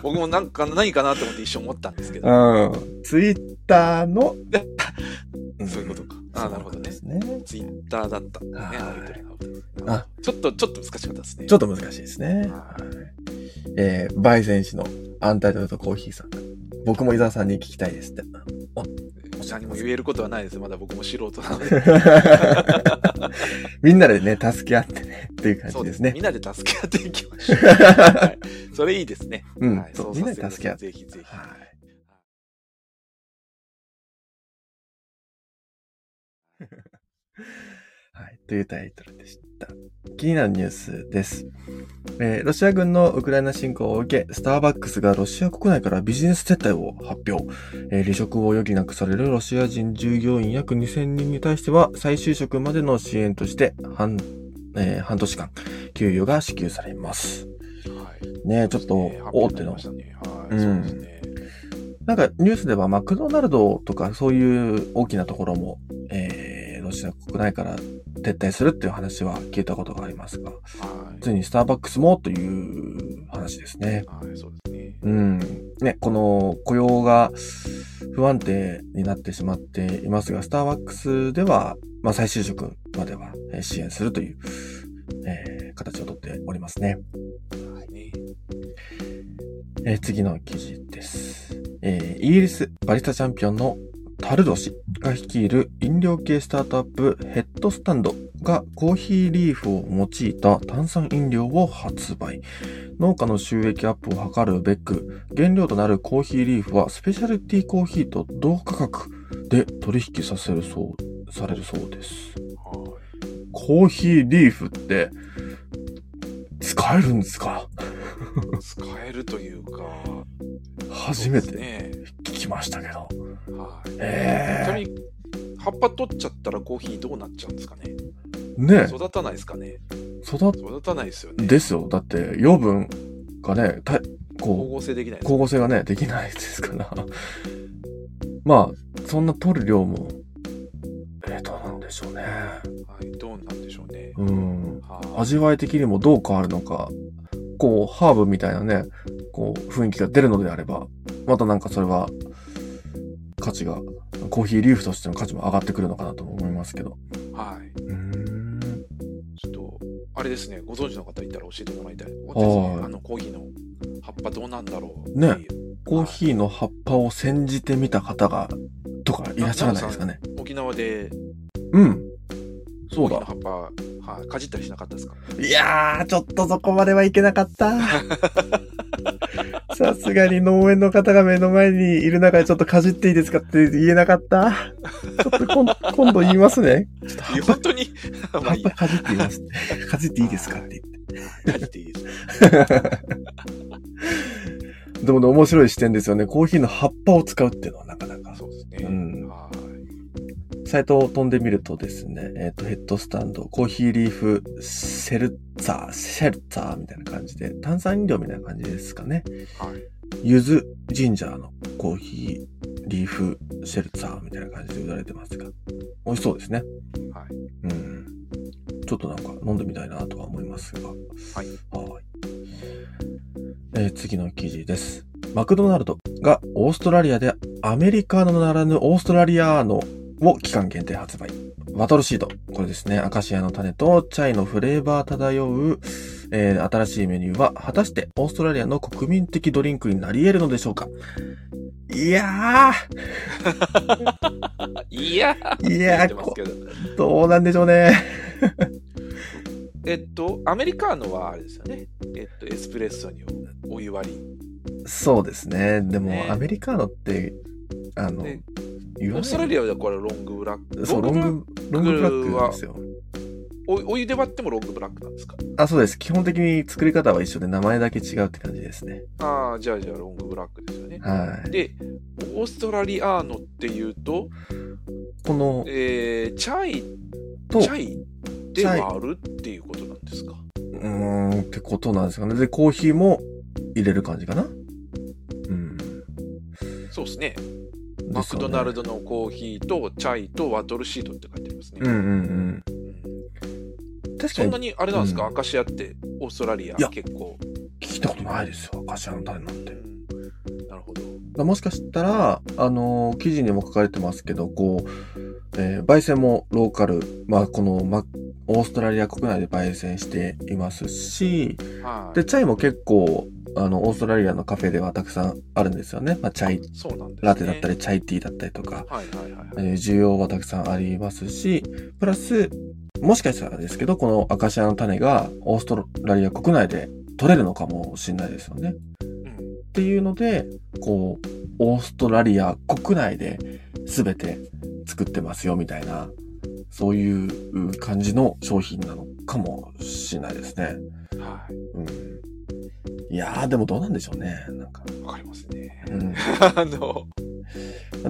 僕もなんか何かなと思って一瞬思ったんですけ
[laughs]
ど、
うん。ツイッターの、
[laughs] そういうことか。あなるほどね
で。すね。
ツイッターだったんだね、
はい
青い鳥が
あ
ちょっと、ちょっと難しかったですね。
ちょっと難しいですね。えー、バイ選手のアンタイトルとコーヒーさん。僕も伊沢さんに聞きたい
[laughs]
ですって。
何も言えることはないです。まだ僕も素人なので。
みんなでね、助け合ってね、っていう感
そ
じ
う
で
ですすね。
ね
み。んなで助け合っていきまし
[laughs]
ょう。はいそれいいですね。
うん
はい
そう
そうさせて
みんなで助け合う
ぜひぜひ。
はいはい、というタイトルでした。気になるニュースです。えーロシア軍のウクライナ侵攻を受け、スターバックスがロシア国内からビジネス撤退を発表。えー離職を余儀なくされるロシア人従業員約2000人に対しては、再就職までの支援として半、えー半年間、給与が支給されます。
はい
ねえちょっと、
ね発
大
表に
手
なり
の
ましたねは
う
い、
ん
そうですね。
なんかニュースではマクドナルドとかそういう大きなところも、えー、ロシア国内から撤退するっていう話は聞いたことがありますが、
はい
ついにスターバックスもという話ですね。
はい、そうですね。
うん。ね、この雇用が不安定になってしまっていますが、スターバックスでは、まあ再就職まではえー支援するという、えー形をとっておりますね。
ね
えー次の記事です、えーイギリスバリスタチャンピオンのタルド氏が率いる飲料系スタートアップヘッドスタンドがコーヒーリーフを用いた炭酸飲料を発売。農家の収益アップを図るべく、原料となるコーヒーリーフはスペシャルティーコーヒーと同価格で取引させるそう、されるそうです。
は
コーヒーリーフって、使えるんですか
使えるというか、
初め
そう
て
ですね。
聞きましたけど。
はい。ちな
え
みに、葉っぱ取っちゃったらコーヒーどうなっちゃうんですかね
えね
育たないですかね
え、育
育たないですよね。
ですよ。だって、養分がね、た
光
こ、
合成できないうです
光合成がね、できないですから。 [laughs] まあ、そんな取る量も、えー、どうなんでしょうね。
はい。どうなんでしょうね。
うん。
はい。
味わい的にもどう変わるのか、こう、ハーブみたいなね、こう、雰囲気が出るのであれば、またなんかそれは、価値が、コーヒーリーフとしての価値も上がってくるのかなとも思いますけど。
はい。
うーん。
ちょっと、あれですね、ご存知の方いたら教えてもらいたい。
はい
あのコーヒーの葉っぱどうなんだろう
ね
っていう
コーヒーの葉っぱを煎じてみた方が、とかいらっしゃらないですかね。
沖縄で
うん。そ
コー
うだ。
ヒーの葉っぱ、はい、かじったりしなかったですか
いやー、ちょっとそこまではいけなか [laughs] った。さすがに農園の方が目の前にいる中でちょっとかじっていいですかって言えなかった。ちょっと今今度言いますね。ちょっと葉
い
っ
や
ぱ
本当に [laughs] ま
葉
あ
っ
いい
ぱ
や、
かじっています。 [laughs] かじっていいですかって
かじっていいですね。
言 [laughs] って。でもね、面白い視点ですよね。コーヒーの葉っぱを使うっていうのはなかなか。
そうですね。
うん
はい。
サイトを飛んでみるとですね、えっ、と、ヘッドスタンド、コーヒーリーフ、シェルツァー、シェルツァーみたいな感じで、炭酸飲料みたいな感じですかね。
はい。
ゆず、ジンジャーのコーヒー、リーフ、シェルツァーみたいな感じで売られてますが、美味しそうですね。
は。
うん。ちょっとなんか飲んでみたいなとは思いますが。はいはい。えー次の記事です。マクドナルドがオーストラリアでアメリカのならぬオーストラリアーノを期間限定発売。バトルシード。これですね。アカシアの種とチャイのフレーバー漂う、えー新しいメニューは果たしてオーストラリアの国民的ドリンクになり得るのでしょうかいや
い。いや
ー、い
い
や
て
ー、
ます
こ
けど。
どうなんでしょうね。
えっと、アメリカーノはあれですよね。えっと、エスプレッソにお湯割り。
そうですね。でも、
ね
アメリカーノって、あの、
で、
言
オ
わ
ー
な
ストラ
い。
リアではこれロングブラック。
そう、ロ
ロング
ング、
ブラック
ロングブラックなんですよ。
おお湯で割ってもロングブラックなんですか
あ、そうです。基本的に作り方は一緒で、名前だけ違うって感じですね。
ああ、じゃあじゃあロングブラックですよね。
はい。
で、オーストラリアーノっていうと、
この、
えー、チャイ、
と、
チ
う
ャイで割るっていうことなんですか
ーん、ってことなんですかね。で、コーヒーも入れる感じかな。うん。
そうですね。
で
マ
す
ク
よ
ド
ね
ナルドのコーヒーとチャイとワトルシートって書いてありますね。
うんうん
うん
うん。確か
そん
に
なにあれなんですか、
うん
アカシアってオーストラリア
いや
結構。
聞いたことないですよ。アカシアの種なん
う
て。
んなるほど。
まあもしかしたら、あのー記事にも書かれてますけど、こう、えー焙煎もローカル、まあ、この、ま、オーストラリア国内で焙煎していますし、
はい。
で、チャイも結構、あの、オーストラリアのカフェではたくさんあるんですよね。まあ、チャイ
そうなんです、ね。
ラテだった。り、チャイティーだったりとか、
はいはいはい、
え
はい。
ー需要はたくさんありますし、プラス、もしかしたらですけど、このアカシアの種がオーストラリア国内で取れるのかもしれないですよね。
うん
っていうので、こう、オーストラリア国内で全て作ってますよみたいな、そういう感じの商品なのかもしれないですね。
は
うん。いやー、でもどうなんでしょうね。なんか。
い。わかりますね。
うん。
[laughs] あの、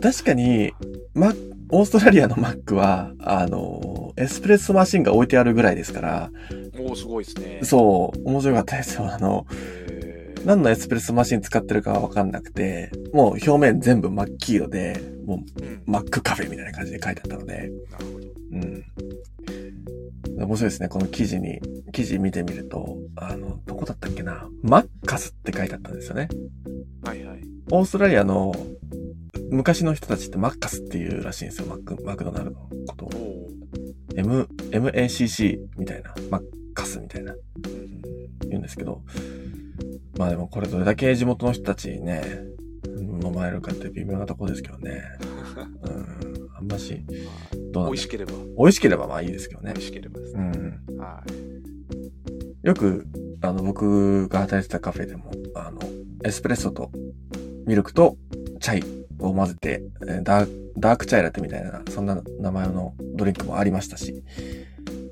確かに、マックオーストラリアのマックは、あの、エスプレッソマシンが置いてあるぐらいですから、
もうすごいですね。
そう、面白かったですよ。あの、
えー
何のエスプレッソマシン使ってるかはわかんなくて、もう表面全部真っ黄色で、もう
うん
マックカフェみたいな感じで書いてあったので、
なるほど。
うん。面白いですね。この記事に、記事見てみると、あの、どこだったっけなマッカスって書いてあったんですよね。
はいはい。
オーストラリアの昔の人たちってマッカスっていうらしいんですよ。マック、マクドナルドのことを
お。お。
M、MACC みたいな、マッカスみたいな
うん
言うんですけど。まあでもこれどれだけ地元の人たちにね、飲まれるかって微妙なとこですけどね。うん。あんまし、どうなんだ
[laughs] 美味
ろ
しければ、
う美味しければまあいいですけど
美
ね。
味しければです
う
ね。
ん。
はい。
よく、あの、僕が働いてたカフェでも、あの、エスプレッソとミルクとチャイを混ぜて、えーダーダークチャイラテみたいな、そんな名前のドリンクもありましたし、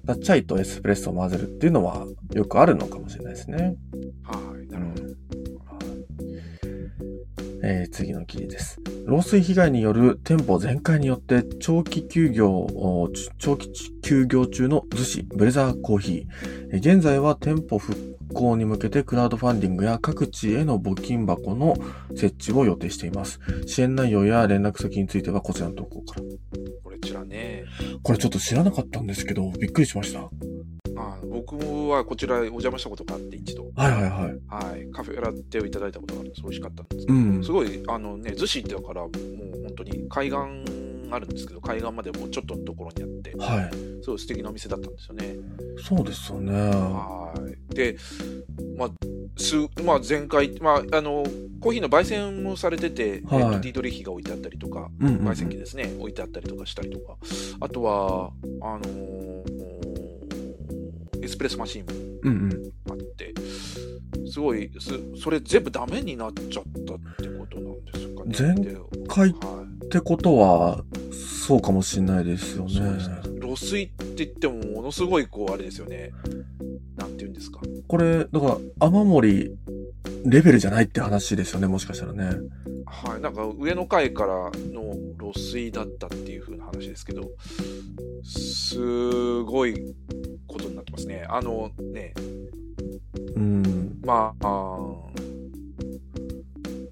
だチャイとエスプレッソを混ぜるっていうのはよくあるのかもしれないですね。
はい、なるほど。
えー次の記事です。漏水被害による店舗全開によって長期休業、おち長期休業中の逗子ブレザーコーヒー。えー現在は店舗復興に向けてクラウドファンディングや各地への募金箱の設置を予定しています。支援内容や連絡先についてはこちらの投稿から。
これちらね、
これちょっと知らなかったんですけど、びっくりしました。は
あ僕はこちらお邪魔したことがあって一度、
いはいはい。
はい、カフェラテをいただいたことがあるんです美味しかったんですけ
う
ど、
ん
す。ごいあのね逗子ってだからもう本当に海岸あるんですけど海岸までもうちょっとのところにあって
はい。
すごい素敵なお店だったんですよね。
そうですよね。
はいで、まあすまあ、前回、まあ、あのコーヒーの焙煎もされてて、
はい
えっとディードレヒが置いてあったりとか
うんうんうん
焙煎機ですね、置いてあったりとかしたりとかあとはあのーエスプレッソマシンも
うんうん。
あってすごいすそれ全部ダメになっちゃったってことなんですか
全
ね。で
回
はい
ってことは、そうかもしれないですよね。
そうですね露水って言ってもものすごいこうあれですよね。なんて言うんですか。
これ、だから、雨漏りレベルじゃないって話ですよね、もしかしたらね。
はい、なんか上の階からの漏水だったっていう風な話ですけど、すごいことになってますね。あのね、
うん。
まあ、あー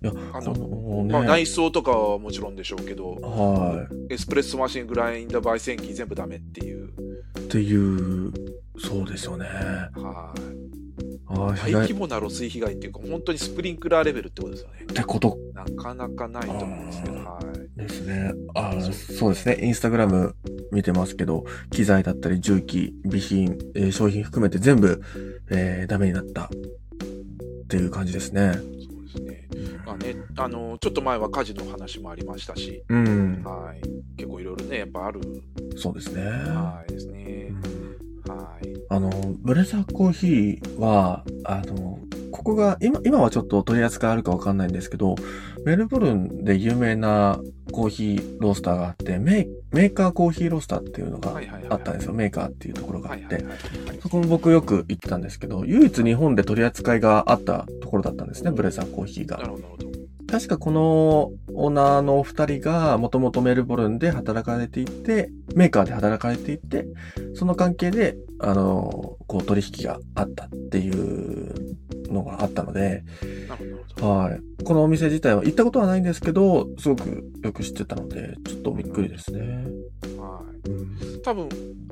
いや、
あの
この
まあ、
ね、
内装とかはもちろんでしょうけど、
は
エスプレッソマシン、グラインダー、焙煎機全部ダメっていう、
い。っていう、そうですよね。あ
は
あ、
い
被害
大
っ
規模な露水被害っていうか、本当にスプリンクラーレベルってことですよね。
てこと
なかなかないと思うんですけど、
あ
はい。
ですね。ああ、そうですね。インスタグラム見てますけど、機材だったり、重機、備品、えー商品含めて全部、えーダメになった。っていう感じですね。
そうですね。まあね、あのちょっと前は火事の話もありましたし、
うん。
はい、結構いろいろね、やっぱある、
そうですね。
はいです
う
ね。
ん
はい。
あの、ブレザーコーヒーは、あの、ここが、今、今はちょっと取り扱いあるかわかんないんですけど、メルブルンで有名なコーヒーロースターがあって、メーメーカーコーヒーロースターっていうのが
はいはいはいはい
あったんですよ。メーカーっていうところがあ
は
っ
いはい
て。
はい。
そこも僕よく行ってたんですけど、唯一日本で取り扱いがあったところだったんですね、ブレザーコーヒー
な
が。
るほど、なるほど。
確かこのオーナーのお二人が、もともとメルボルンで働かれていて、メーカーで働かれていて、その関係で、あの、こう取引があったっていうのがあったので、
なるほどなるほど。
はい。このお店自体は行ったことはないんですけど、すごくよく知ってたので、ちょっとびっくりですね。
はい。
うん。
多分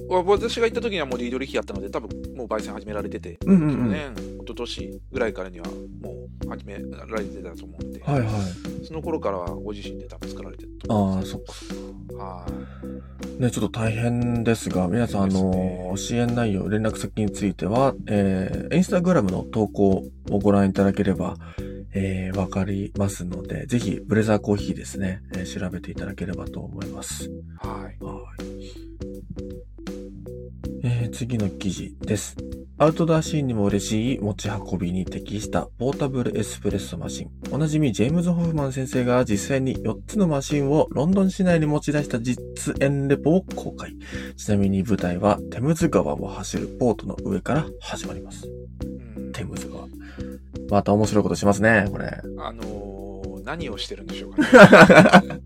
わ私が行った時にはもうリードリヒやったので、多分もう焙煎始められてて、
うんうん
去
うん。
年、一昨年ぐらいからにはもう始められてたと思うんで、
はいはい。
その頃からはご自身で多分作られてると
あ
思
あ、
うんです
そっか。
けど。はい。
ね、ちょっと大変ですが、皆さん、あ
です
の、
ね
支援内容、連絡先については、えー、インスタグラムの投稿をご覧いただければ、えー、わかりますので、ぜひ、ブレザーコーヒーですね、えー調べていただければと思います。
はい。
はい。えー次の記事です。アウトドアシーンにも嬉しい持ち運びに適したポータブルエスプレッソマシン。おなじみジェームズ・ホフマン先生が実際に4つのマシンをロンドン市内に持ち出した実演レポを公開。ちなみに舞台はテムズ川を走るポートの上から始まります。
うん
テムズ川。また面白いことしますね、これ。
あのー何をしてるんでし
[laughs]
ょうかね。先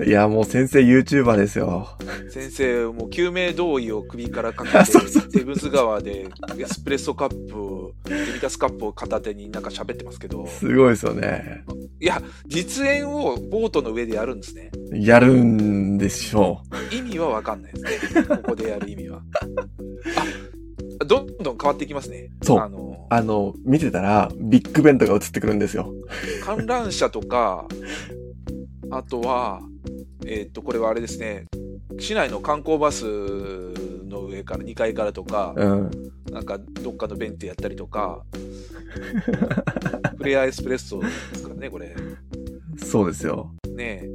い
生、
や、もう先生 YouTuber ですよ。
先生、もう救命胴衣を首からかけ
[laughs] そうそう
て、テムズ川でエスプレッソカップを、デミタスカップを片手になんか喋ってますけど、
すごいですよね。
いや、実演をボートの上でやるんですね。
やるんでしょう。
意味はわかんな
[laughs]
いですね。ここでやる意味は。あどんどん変わっていきますね。
そう
あのー
あの、見てたら、ビッグベントが映ってくるんですよ。
観覧車とか、あとは、えーっと、これはあれですね、市内の観光バスの上から、2階からとか、
うん。
なんかどっかのベンチやったり
[laughs]
とか、フレアエスプレッソですからね、これ。
そうですよ。
ねえ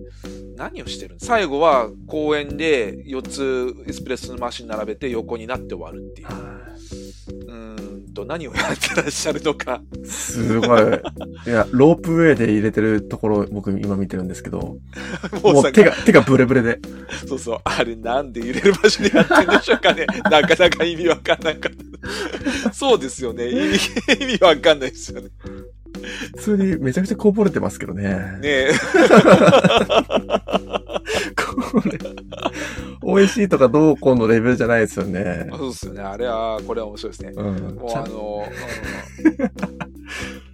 何をしてるの最後は公園で4つエスプレッソのマシン並べて横になって終わるっていう。うーんと、何をやってらっしゃるのか。
すごい。 [laughs] いや、ロープウェイで入れてるところ、僕今見てるんですけど、も
もう
う
さ
手が、手がブレブレで。
そうそう、あれなんで揺れる場所でやってんでしょうか
[laughs]
ね。なかなか意味わかんなかった。そうですよね。意味、意味わかんないですよね。
普通にめちゃくちゃこぼれてますけどね。
ねえ。
これ、美味しいとかどうこうのレベルじゃないですよね。
そうですよね。あれは、これは面白いですね。
うん。
もう
ちゃ
あ
ん [laughs]
の、うん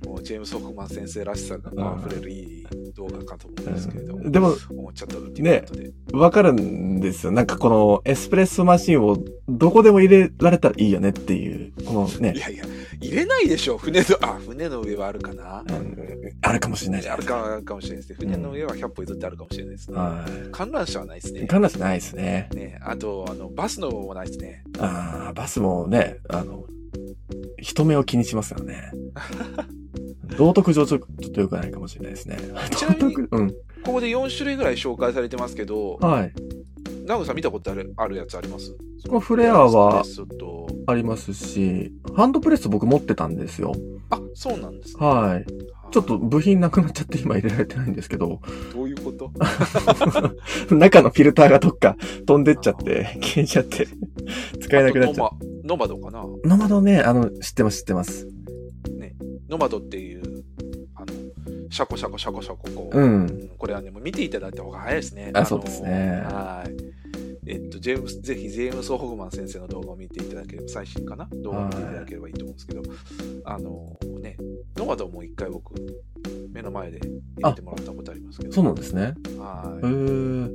もうジェームス・ホフマン先生らしさが溢れるいい動画かと思うんですけれども、
でも、
思っちゃったっていうことで。
わかるんですよ。なんかこのエスプレッソマシンをどこでも入れられたらいいよねっていう、この
い
ね、
やいや、入れないでしょ。船の、あ、船の上はあるかな。
うんあるかもしれないじゃ
あ
ない
る
ですか。
かあるかもしれないですね。船の上は100歩譲ってあるかもしれないですね。
は
観覧車はないです
い。
ね。
かなしないですね。
ね、あと、あの、バスのもないですね。
ああ、バスもね、あの、人目を気にしますよ
[laughs]
ね。道徳上ちょちょっと良くないかもしれないですね。
ち
道
なみに
徳、うん。
ここで4種類ぐらい紹介されてますけど、
はい。
ナグさん見たことあるあるやつあります
このフレアは
スプレッソと
ありますし、ハンドプレス僕持ってたんですよ。
あ、そうなんですね。
はい。ちょっと
は
部品なくなっちゃって今入れられてないんですけど、 [laughs]
いどういうこと
中のフィルターがどっか [laughs] 飛んでっちゃって、消えちゃって、 [laughs] 使えなくなっちゃう。
あとノマノマドかな
ノマドね、あの、知ってます、知ってます。
ノマドっていう、あの、シャコシャコシャコシャコこう。
うん。
これはね、もう見ていただいた方が早いですね。
あ
の
そうですね
はい。えっと、ジェームス、ぜひ、ジェームス・ホフマン先生の動画を見ていただければ、最新かな動画を見ていただければいいと思うんですけど、あの、ね、ノマドも一回僕、目の前でやってもらったことありますけど、
そうなんですね。
は
へ
い。
ー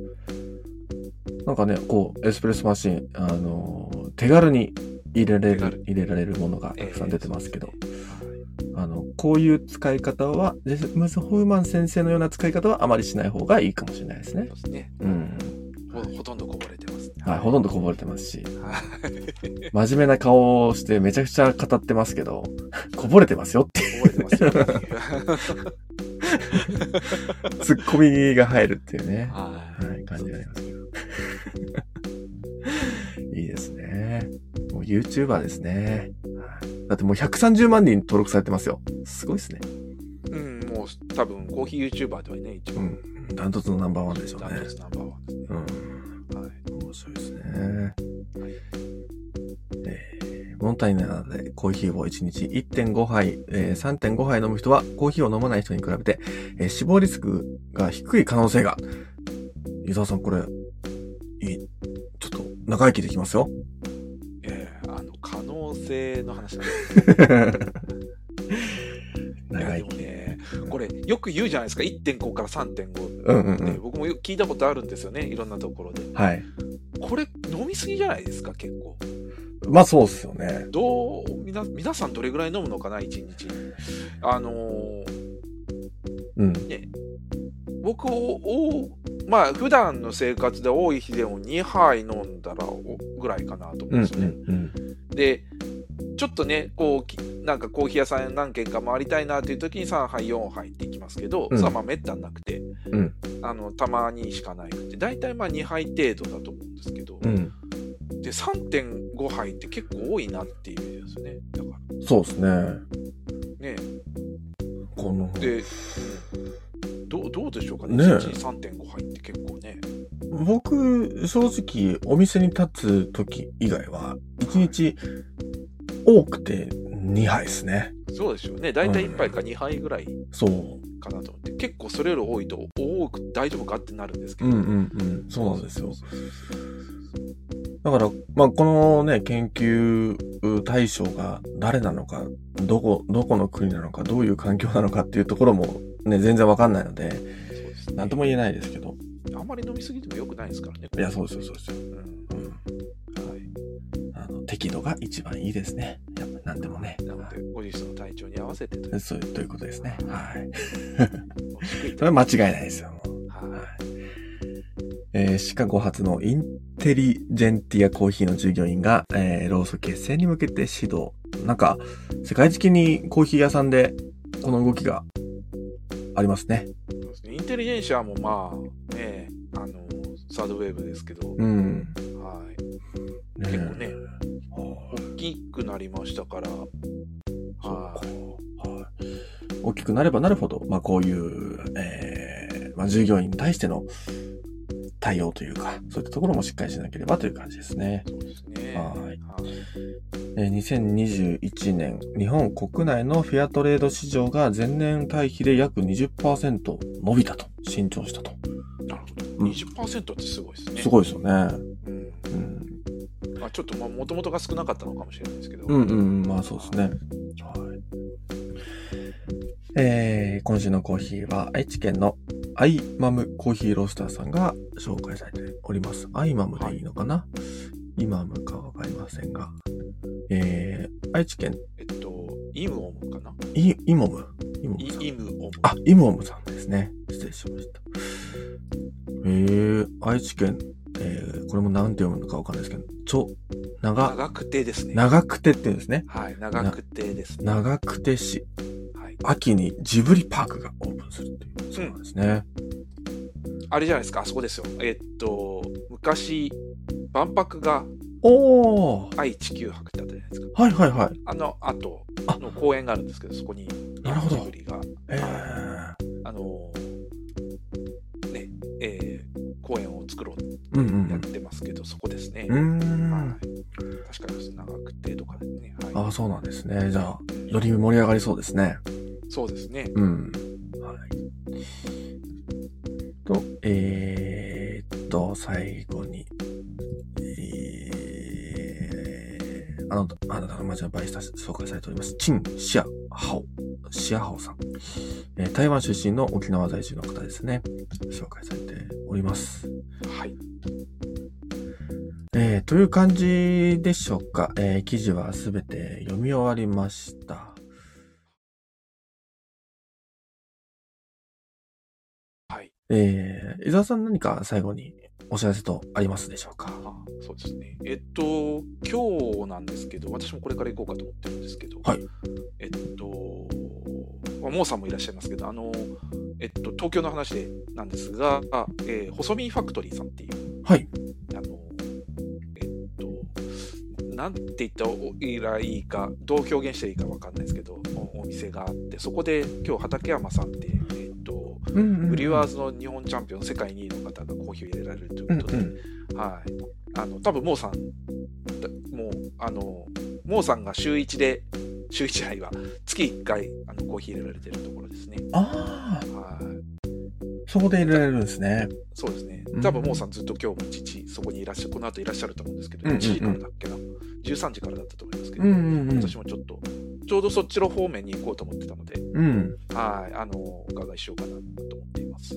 なんかね、こう、エスプレッソマシン、あのー、手軽に入れられ
手軽
る、入れられるものがたくさん出てますけど、
えーそうですね
あの、こういう使い方は、ジェムス・ホフマン先生のような使い方はあまりしない方がいいかもしれないです
はい
ね
そ。うですね。
うん。
ほほとんどこぼれてます。
はい、ほとんどこぼれてますし、
はい [laughs]
真面目な顔をしてめちゃくちゃ語ってますけど、 [laughs] こぼれてますよって、
こぼれてますよ
[laughs]
ね。
ツッコミが入るっていうね、
は
はい、感じがありますけど。 [laughs] いいですね。もう YouTuber ですね。はいだってもう130万人登録されてますよ。すごいですね。
い。うん、もう多分コーヒー YouTuber ではね、一
う
番
ん。ダントツのナンバーワンでしょう
ダ
ね
ント。ツナンバーワンですね。
うん。
はい。
面白いですね。えーモンタイナでコーヒーを1日1.5杯、えー3.5杯飲む人はコーヒーを飲まない人に比べて、えー死亡リスクが低い可能性が。伊沢さん、これ、いい、ちょっと長生きできますよ。
ええあの可能性の話なんですいや
長
で
生
も
き。
ねこれよく言うじゃないですか1.5から3.5、
うんうんう
ね
ん。
僕もよく聞いたことあるんですよねいろんなところで
はい。
これ飲みすぎじゃないですか結構
まあそうっすよね。
どうみな皆さんどれぐらい飲むのかな1日あのー
うん。
僕をおまあ普段の生活で多い日でも2杯飲んだらおぐらいかなと思
う
うんん
うん
ですよね、
うん。
でちょっとねこうきなんかコーヒー屋さん何軒か回りたいなっていう時に3杯4杯っていきますけど、
うん
それはまあめったになくて、
うん
あのたまにしかないくて大体まあ2杯程度だと思うんですけど、
うん。
で3.5杯って結構多いなっていう意味ですねだか
そうですね。
らね
この、
でどうどうでしょうかね
ね
1日3.5杯って結構ね
僕、正直、お店に立つ時以外は、1日多くて2杯ですね。
そうでしょうね大体1杯か2杯ぐらい
そう。
かなと思って、結構それより多いと多く大丈夫かってなるんですけ
う
ど、
んうんうん。そうなんですよ。
そうそうそうそう
だから、まあ、このね、研究対象が誰なのか、どこ、どこの国なのか、どういう環境なのかっていうところも、ね、全然わかんないので、
そうですね
なんとも言えないですけど。
あんまり飲みすぎても良くないですからね。
いや、そうですよ、そうですよ。
うん
うん。
はい。
あの、適度が一番いいですね。やっぱ、なんでもね。
なので、ご自身の体調に合わせてという。
そう、ということですね。はい。
低い
それは間違いないですよ、もう。
は
えーシカゴ発のインテリジェンティアコーヒーの従業員が、えー、労組結成に向けて指導。なんか、世界的にコーヒー屋さんでこの動きがありますね。
いそうですねインテリジェンシアもまあ、ね、あの、サードウェーブですけど、
うん。
はい。
ね
結構ね
は
大きくなりましたから、
そう
はい
かはい大きくなればなるほど、まあ、こういう、えーまあ、従業員に対しての対応というか、そういったところもしっかりしなければという感じですね。
そうですね。
はい
はい
えー2021年、日本国内のフェアトレード市場が前年対比で約20%伸びたと、伸長したと。
なるほ
う
ど。
ん
20%ってすごいですね。
すごいですよね。
うん
うん、
まあ、ちょっともともとが少なかったのかもしれないですけど、
うんうんうん、まあそうですね。はい。えー今週のコーヒーは愛知県のアイマムコーヒーロースターさんが紹介されております。アイマムでいいのかな、イマムかわかりませんが。えー、愛知県
えっと、イムオムかな
イ、イモム。イモムさん
イイムオム。
あ、イモムさんですね。失礼しました。えー、愛知県、えー、これも何て読むのかわかんないですけど、ちょ、長、
長くてですね。
長くてって言うんですね。
はい、長くてですね。
長久手市、
はい、
秋にジブリパークがオープンするっていう。そうなんですね。
あれじゃないですか、あそこですよ。えっと、昔、万博が
おー
愛・地球博ってあったじゃないですか。
はいはいはい。
あの後の公園があるんですけど、そこに、
なるほど
ジブリが、
えー、
あのーね、えー公園を作ろうって
うんう
やっ
ん
てますけど、そこですね。
う
はい
ん。うーん。
確かに長くてとかですね。
あ
は
あ、そうなんですね。じゃあ、
い、
より盛り上がりそうですね。
そうですね。
うん。はい。と、えー、っと、最後に、えー、あなた、あなたの街のバイスタ紹介されております。チン・シア・ハオ、シア・ハオさん。えー台湾出身の沖縄在住の方ですね。紹介されております。
はい。
えー、という感じでしょうか。えー記事はすべて読み終わりました。
はい。
えー、伊沢さん何か最後にお知らせとありますでしょうか
あそうですね。えっと、今日なんですけど、私もこれから行こうかと思ってるんですけど、
はい
えっと、まあ、モーさんもいらっしゃいますけど、あの、えっと、東京の話でなんですが、あえー細身ファクトリーさんっていう、
はい。
あの、えっと、なんて言ったらいいか、どう表現していいかわかんないですけど、おお店があって、そこで今日、畠山さんって、えっと、
うんうんうん
ブリュワーズの日本チャンピオン、世界2位の方がコーヒーを入れられるという
う
こ
ん
とで、
うん。
はい。あの、多分モーさん、だもう、あの、モーさんが週1で、週1杯は月1回あのコーヒー入れられてるところですね。
ああ、
はい。
そこで入れられるんですね。
そうですね
うん。
多分モーさんずっと今日も一時、そこにいらっしゃる、この後いらっしゃると思うんですけど、
うんうんう
1
ん
時からだっけな。13時からだったと思いますけど、
んう
私もちょっと、ちょうどそっちの方面に行こうと思ってたので、
うん。
はい、あの、お伺いしようかなと思っています。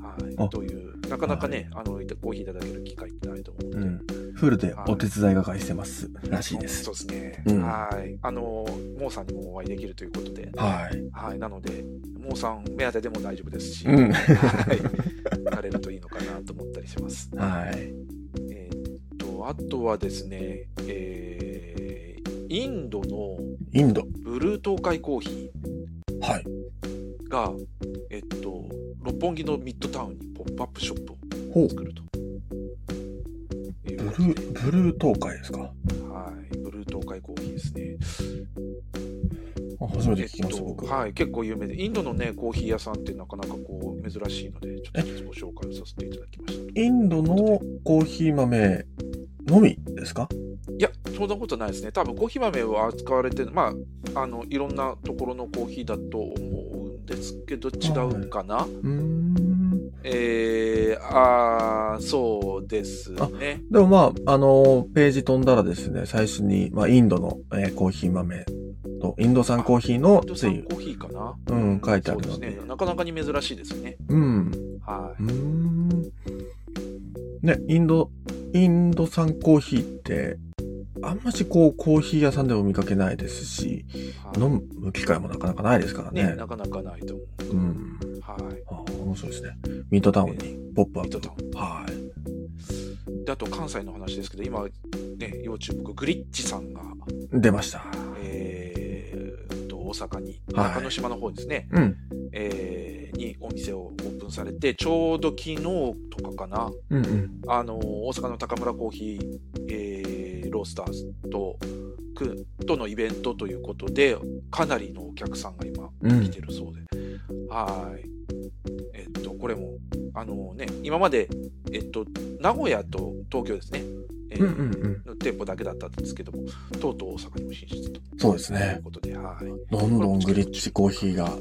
は
あ
い。という、なかなかね、あの、コーヒーいただける機会ってないと思うので、
うん。フルでお手伝いが返してますらしいです
そう。ですね。
うん
はい。あの、モーさんにもお会いできるということで、
はい。
はい。なので、モーさん目当てでも大丈夫ですし、
うん。
はい。なれるといいのかなと思ったりします。
はい。
えーっと、あとはですね、えーインドの
インド。
ブルートーカイコーヒ
はい。
ーが、えっと、六本木のミッドタウンにポップアップショップ
ほう
を。作ると。いう
ブ
こ
ル
とで
ー、ブルー東海ですか。
はい。ブルートーカイコーヒーですね。
あ初めて聞きました、
えっと
僕。
はい、結構有名で、インドのね、コーヒー屋さんってなかなかこう珍しいので、ちょっとご紹介をさせていただきました。
インドのコーヒー豆のみですか
いや、そんなことないですね。多分コーヒー豆は扱われてる、まあ、あの、いろんなところのコーヒーだと思うんですけど、違うかな、
うーん。
えー、あー、そうですね。
でもまあ、あの、ページ飛んだらですね、最初に、まあ、インドの、えーコーヒー豆と、インド産コーヒーの
インド
つ
産
ゆ。
コーヒーかな
うん書いてあるので
そうですね。なかなかに珍しいですね。
うん。
は
うーんね、インド、インド産コーヒーって、あんましこう、コーヒー屋さんでも見かけないですし、
い。はい
飲む機会もなかなかないですからね。
ね、なかなかないと思
うん。
う。はい。
あ面白いですね。ミッドタウンにポップア
ミ
ッ
ッド
プ
タウン
と。はい。
であと関西の話ですけど今ね要注目グリッチさんが
出ました。
えー、と大阪に
はい
中之島の方ですね、
うん。
えーにお店をオープンされてちょうど昨日とかかな
うんうん。
あの大阪の高村コーヒー、えーロースターズとくとのイベントということで、かなりのお客さんが今
うん
来てるそうで。はーい。えっと、これも、あのね、今まで、えっと、名古屋と東京ですね。えー
うんうんうん
の店舗だけだったんですけども、とうとう大阪にも進出と
そうです
い
ね
う。ことで、はい。
どんどんグリッチコーヒーが
は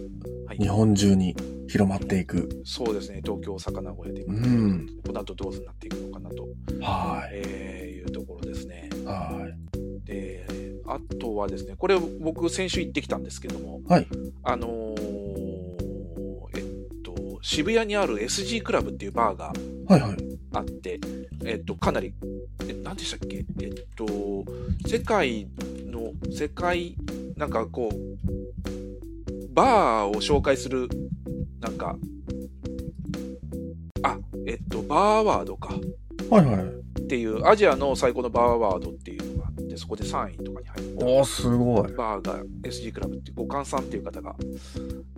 い
日本中に広まっていく。
そうですね、東京、大阪、名古屋で、
うん
この後どうなっていくのかなと、
は
えーいうところですね。
い。はい。
で、あとはですね、これ、僕、先週行ってきたんですけども、
はい
あのーえっと、渋谷にある SG クラブっていうバーが
はいはい。
あって、えっと、かなり、え何でしたっけ、えっと、世界の、世界、なんかこう、バーを紹介する、なんか、あ、えっと、バーアワードか。
はいはい。
っていうアジアの最高のバーアワードっていうのがあってそこで3位とかに入った
おー、すごい。
バーが SG クラブっていう五冠さんっていう方が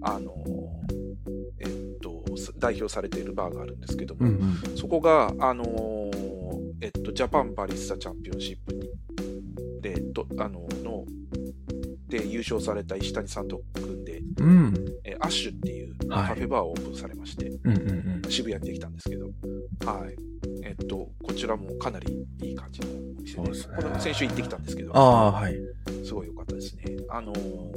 あのえっと代表されているバーがあるんですけども、
うん
そこがあのえっとジャパンバリスタチャンピオンシップにでえっとあのので優勝された石谷さんと組んで
うん。うん。
えアッシュっていう
は
カ
い
フェバーをオープンされまして、
うんうんうん。
渋谷にできたんですけど、はい。えっと、こちらもかなりいい感じのお店
そう
で、
ですね
この先週行ってきたんですけど、
ああ、はい。
すごい良かったですね。あのー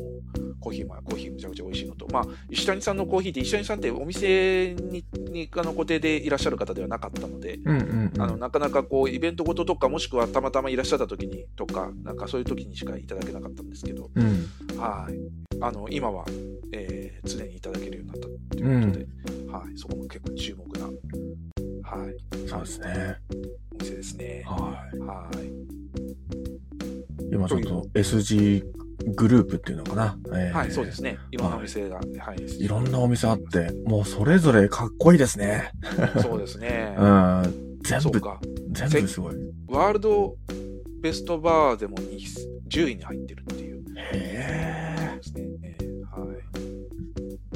コーヒーも、コーヒーむちゃくちゃ美味しいのと、まあ、石谷さんのコーヒーって、石谷さんってお店に、にあの固定でいらっしゃる方ではなかったので、
うんうんうん。
あの、なかなかこう、イベントごととか、もしくはたまたまいらっしゃった時にとか、なんかそういう時にしかいただけなかったんですけど、
うん。
はい。あの、今は、えー常にいただけるようになったということで、はい。そこも結構注目な、はい。
そうですね。
お店ですね。
はい。
はい。
今ちょっと SG グループっていうのかな。えー
はい、そうですね。いろんなお店が、はい。
いろんなお店あって、もうそれぞれかっこいいですね。
そうですね
[laughs] う。ん。全
そう
部、
か。
全部すごい。
ワールドベストバーでもに10位に入ってるっていうこ
へ
とですね。えーはい。
ー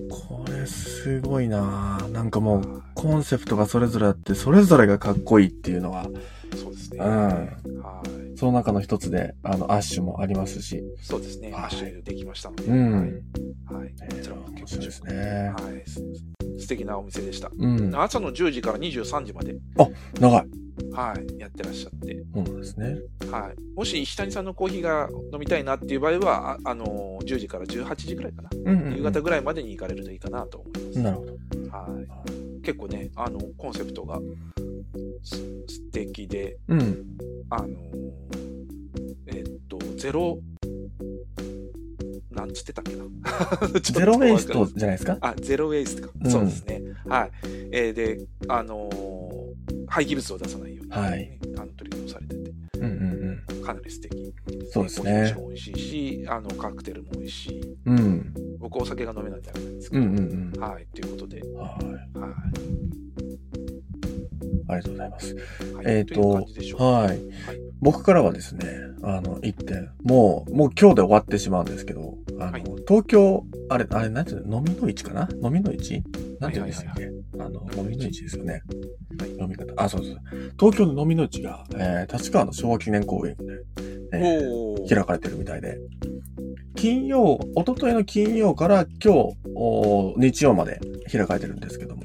これすごいななんかもう、
は
コンセプトがそれぞれあって、それぞれがかっこいいっていうのは、
いそうですね。
うん
はい。
その中の一つで、あの、アッシュもありますし。
そうですね。
はい
ハッシュできましたので。
う
はい
ん。
はい。
え
こ
ー
ちらも
面白い
結構注
で
目
すね。
はい。す素敵なお店でした。
うん。
朝の10時から23時まで、
長い。
はい、やってらっしゃって、
そうなんですね。
はい、もし石谷さんのコーヒーが飲みたいなっていう場合は、あ、あのー10時から18時ぐらいかな、
うんうんうん
夕方ぐらいまでに行かれるといいかなと思います。
なるほど。
はい、結構ね、あのコンセプトがす素敵で、
うん。
あのーえっと、ゼロ、なんつってたっけな。 [laughs] ちょっと
ゼロウェイスト
わかんない
じゃないですか
あ、ゼロウェイストか。
うん
そうですね。はい。えーで、あのー廃棄物を出さないように、
はい
あの取り組みをされてて、
うんうん
かなり素敵。
うん。そうです
コーヒ
ね
ー。も美味しいし、あのカクテルも美味しい。
うん。
僕お酒が飲めないってあれなんですけ
うん
ど。
うんうん。
はい。ということで、
はい。
は
ありがとうございます。
い。はい
えーと
いう感じでしょうか
はい。僕からはですね、あの、一点。もう、もう今日で終わってしまうんですけど、あの、
はい
東京、あれ、あれ、なんていうの、飲みの市かな飲みの市なんていうんですかね。あの、飲みの市ですよね。
はい
飲み方。あ、そうそう。東京の飲みの市が、えー、立川の昭和記念公園で、えー
おお。
開かれてるみたいで、金曜、一昨日の金曜から今日、おー日曜まで開かれてるんですけども、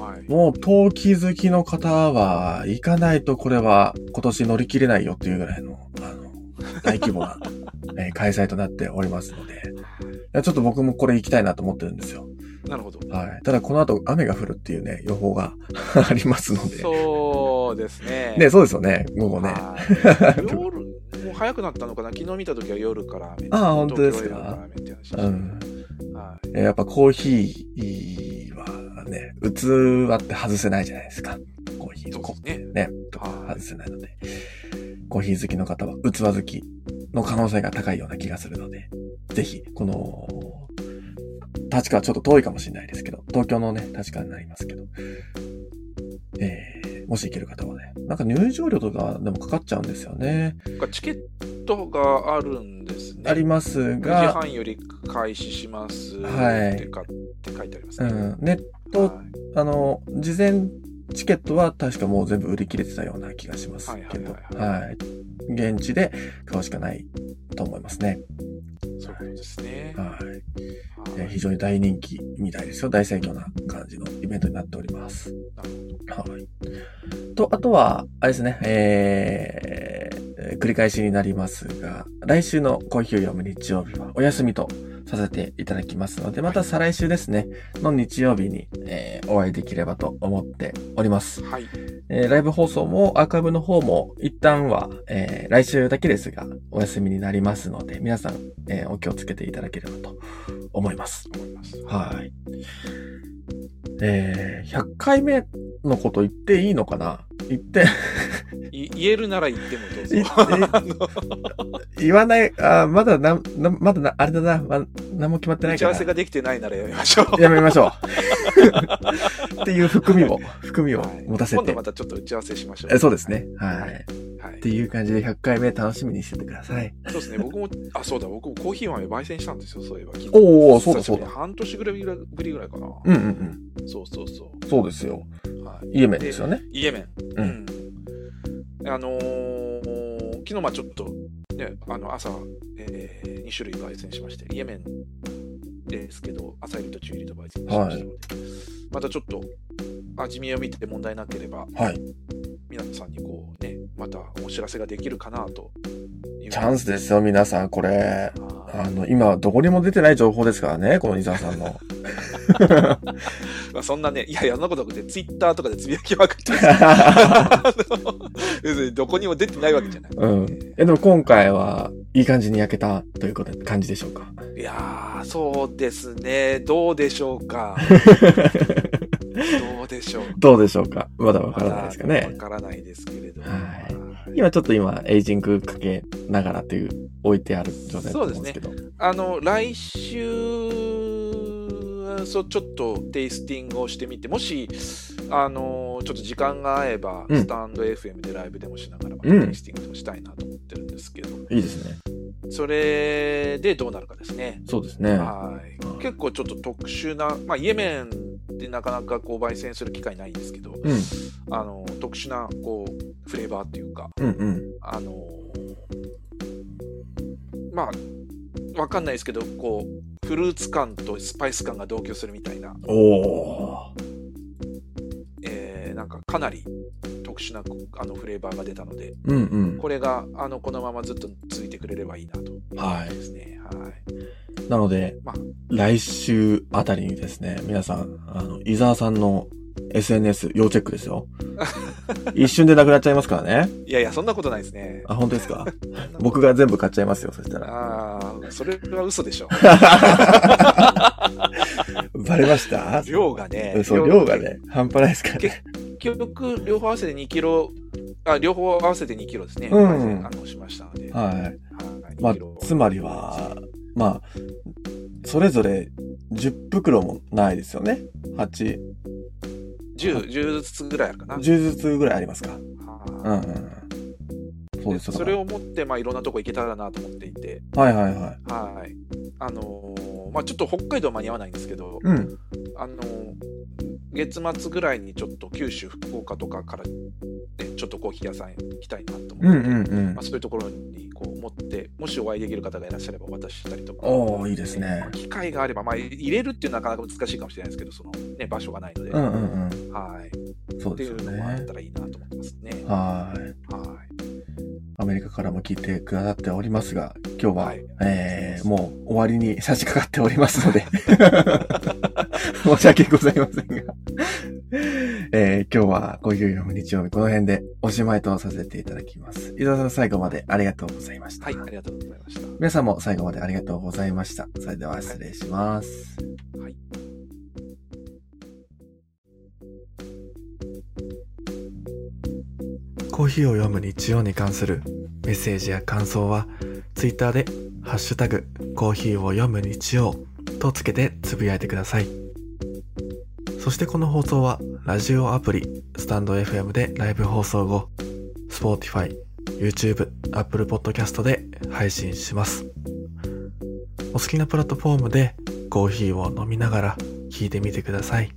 はい。
もう陶器好きの方は、行かないとこれは今年乗り切れないよっていうぐらいの、あの、大規模な、 [laughs] えー開催となっておりますので、いやちょっと僕もこれ行きたいなと思ってるんですよ。
なるほど。
はい。ただこの後雨が降るっていうね、予報が [laughs] ありますので。
そうですね。
ね、そうですよね、午後ね。 [laughs]
はい夜、もう早くなったのかな昨日見た時は夜から雨。
ああ本当ですか
東京は夜から雨って話でし
う
た
ん。
はい
えーやっぱコーヒーはね、器って外せないじゃないですか。コーヒー
そ
の
う
コ
で
ッ
すね。
プね、とか外せないので。コーヒー好きの方は器好きの可能性が高いような気がするので、ぜひ、この、立川ちょっと遠いかもしれないですけど、東京のね、立川になりますけど、えー、もし行ける方はね、なんか入場料とかでもかかっちゃうんですよね。
なんかチケットがあるんですね。
あります
9時
が、
半より開始します。
はい
ってかって書いてあります
う
ね。
ん、ネッ
は
トあの、事前チケットは確かもう全部売り切れてたような気がしますけど、
はいはいはい
はい。現地で買うしかないと思いますね。
そういうことですね。
はい。
は
で
い
非常に大人気みたいですよ。大盛況な感じのイベントになっております。
なるほ
はい。と、あとは、あれですね、えー、繰り返しになりますが、来週のコーヒーを読む日曜日はお休みとさせていただきますので、また再来週ですね、の日曜日に、えーお会いできればと思っております。
どはい。
えーライブ放送もアーカイブの方も一旦は、えー来週だけですがお休みになりますので皆さん、えーお気をつけていただければと思います。
思います。
はい。えー100回目のこと言っていいのかな言って、 [laughs]
い言えるなら言ってもどうぞ
いい。
[laughs] あの
言わない、あーまだな、なまだな、あれだな、ま、何も決まってな
打
い
ち
か
合
ら
わせができてないならやめましょう。
やめましょ
[laughs]
う。っていう含みを、含みを
はい
持たせ
今
て
度ま。たちょっと打ち合わせしましょ
え
う。
そうですね。はい。
はい。
っていう感じで100回目楽しみにしててください。
そうですね、僕も、あ、そうだ、僕もコーヒー豆焙煎したんですよ、そういえば。
おーそうだそうだ
久しぶりに半年ぐらいぶりぐらいかな。
うんうんうん。
そうそうそ
そうですよ。
う。はい。
イエメンですよね。
イエメン。
う
うんあのー昨日まあちょっと、ね、あの朝、え2種類焙煎しまして、イエメンですけど、朝入りと中入りと焙煎しましたので、またちょっと味見を見て問題なければ、
はい。
皆さんにこうね、またお知らせができるかなという。
チャンスですよ、皆さん、これ。
あ
あの、今、どこにも出てない情報ですからね、この伊沢さんの。
ーまあそんなね、いやいや、そんなことなくて、ツイッターとかでつぶやきま
[laughs]
くってます、あの別にどこにも出てないわけじゃない。
[laughs] うん。え、でも今回は、いい感じに焼けたということで、感じでしょうか。 [laughs]
いやー、そうですね。どうでしょうか。どうでしょうか。
どうでしょうかまだわからないですか
わ
ね。
からないですけれども。
はい
はい
今ちょっと今、エイジングかけながらという、置いてある状態だと思うんですけど。
あの、来週、そう、ちょっとテイスティングをしてみて、もし、あの、ちょっと時間が合えば、
うん
スタンド FM でライブでもしながら、また
うん
テイスティングでもしたいなと思ってるんですけど、
いいですね。
それでどうなるかですね。
そうですね。
はい、結構ちょっと特殊な、まあ、イエメンってなかなかこう焙煎する機会ないんですけど、
うん。
あの特殊なこうフレーバーっていうか、
うんうん。
あのまあ、わかんないですけど、こうフルーツ感とスパイス感が同居するみたいな、
おー。
えーなんかかなり特殊なあのフレーバーが出たので、
うんうん。
これがあのこのままずっと続いてくれればいいなと
はい
ですね。はい、
なので、
まあ
来週あたりにですね、皆さん、あの、伊沢さんの SNS 要チェックです
[laughs]
よ。一瞬でなくなっちゃいますからね。
いやいや、そんなことないですね。
あ、本当です
[laughs]
か僕が全部買っちゃいますよ、そしたら。
ああ、それは嘘で
[laughs]
しょ。
バレました
量がね、
そう、量がね、半端ないですからね。
結局、両方合わせて2キロ、あ、両方合わせて2キロですね。
うん
あの、しましたので。は
はい。
い
まあ
2キロ、
つまりは、まあ、それぞれ10袋もないですよね。8、
10、10ずつぐらいあるかな。
10ずつぐらいありますか。うん
は
う
い
んうん。そうですよ
それを持って、まあ、いろんなとこ行けたらなと思っていて、
はいはいはい。
はい。あのーまあ、ちょっと北海道間に合わないんですけど、
うん。
あのー月末ぐらいにちょっと九州、福岡とかから、ね、ちょっとコーヒー屋さん行きたいなと
うんう
思って、
んうん
まあ、。そういうところにこう持って、もしお会いできる方がいらっしゃればお渡ししたりとか、
おおいいですね
まあ。機会があれば、まあ、入れるっていうのはなかなか難しいかもしれないですけど、そのね、場所がないので、
うんうんうん。
はい。っ
そう
て
で
い
すよ
うのもあっ
ね
た。らいいなと思ってますね。
はい。
は
アメリカからも聞いてくださっておりますが、今日は、
はい
えー、もう終わりに差し掛かっておりますので、 [laughs] 申し訳ございませんが、 [laughs] えー、今日はごゆうの日曜日この辺でおしまいとさせていただきます。伊沢さん最後までありがとうございました。
い。はい、ありがとうございました。
皆さんも最後までありがとうございました。それでは失礼します。コーヒーを読む日曜に関するメッセージや感想は、ツイッターで、ハッシュタグ、コーヒーを読む日曜とつけてつぶやいてください。そしてこの放送は、ラジオアプリ、スタンド FM でライブ放送後、Spotify、YouTube、Apple Podcast で配信します。お好きなプラットフォームでコーヒーを飲みながら聞いてみてください。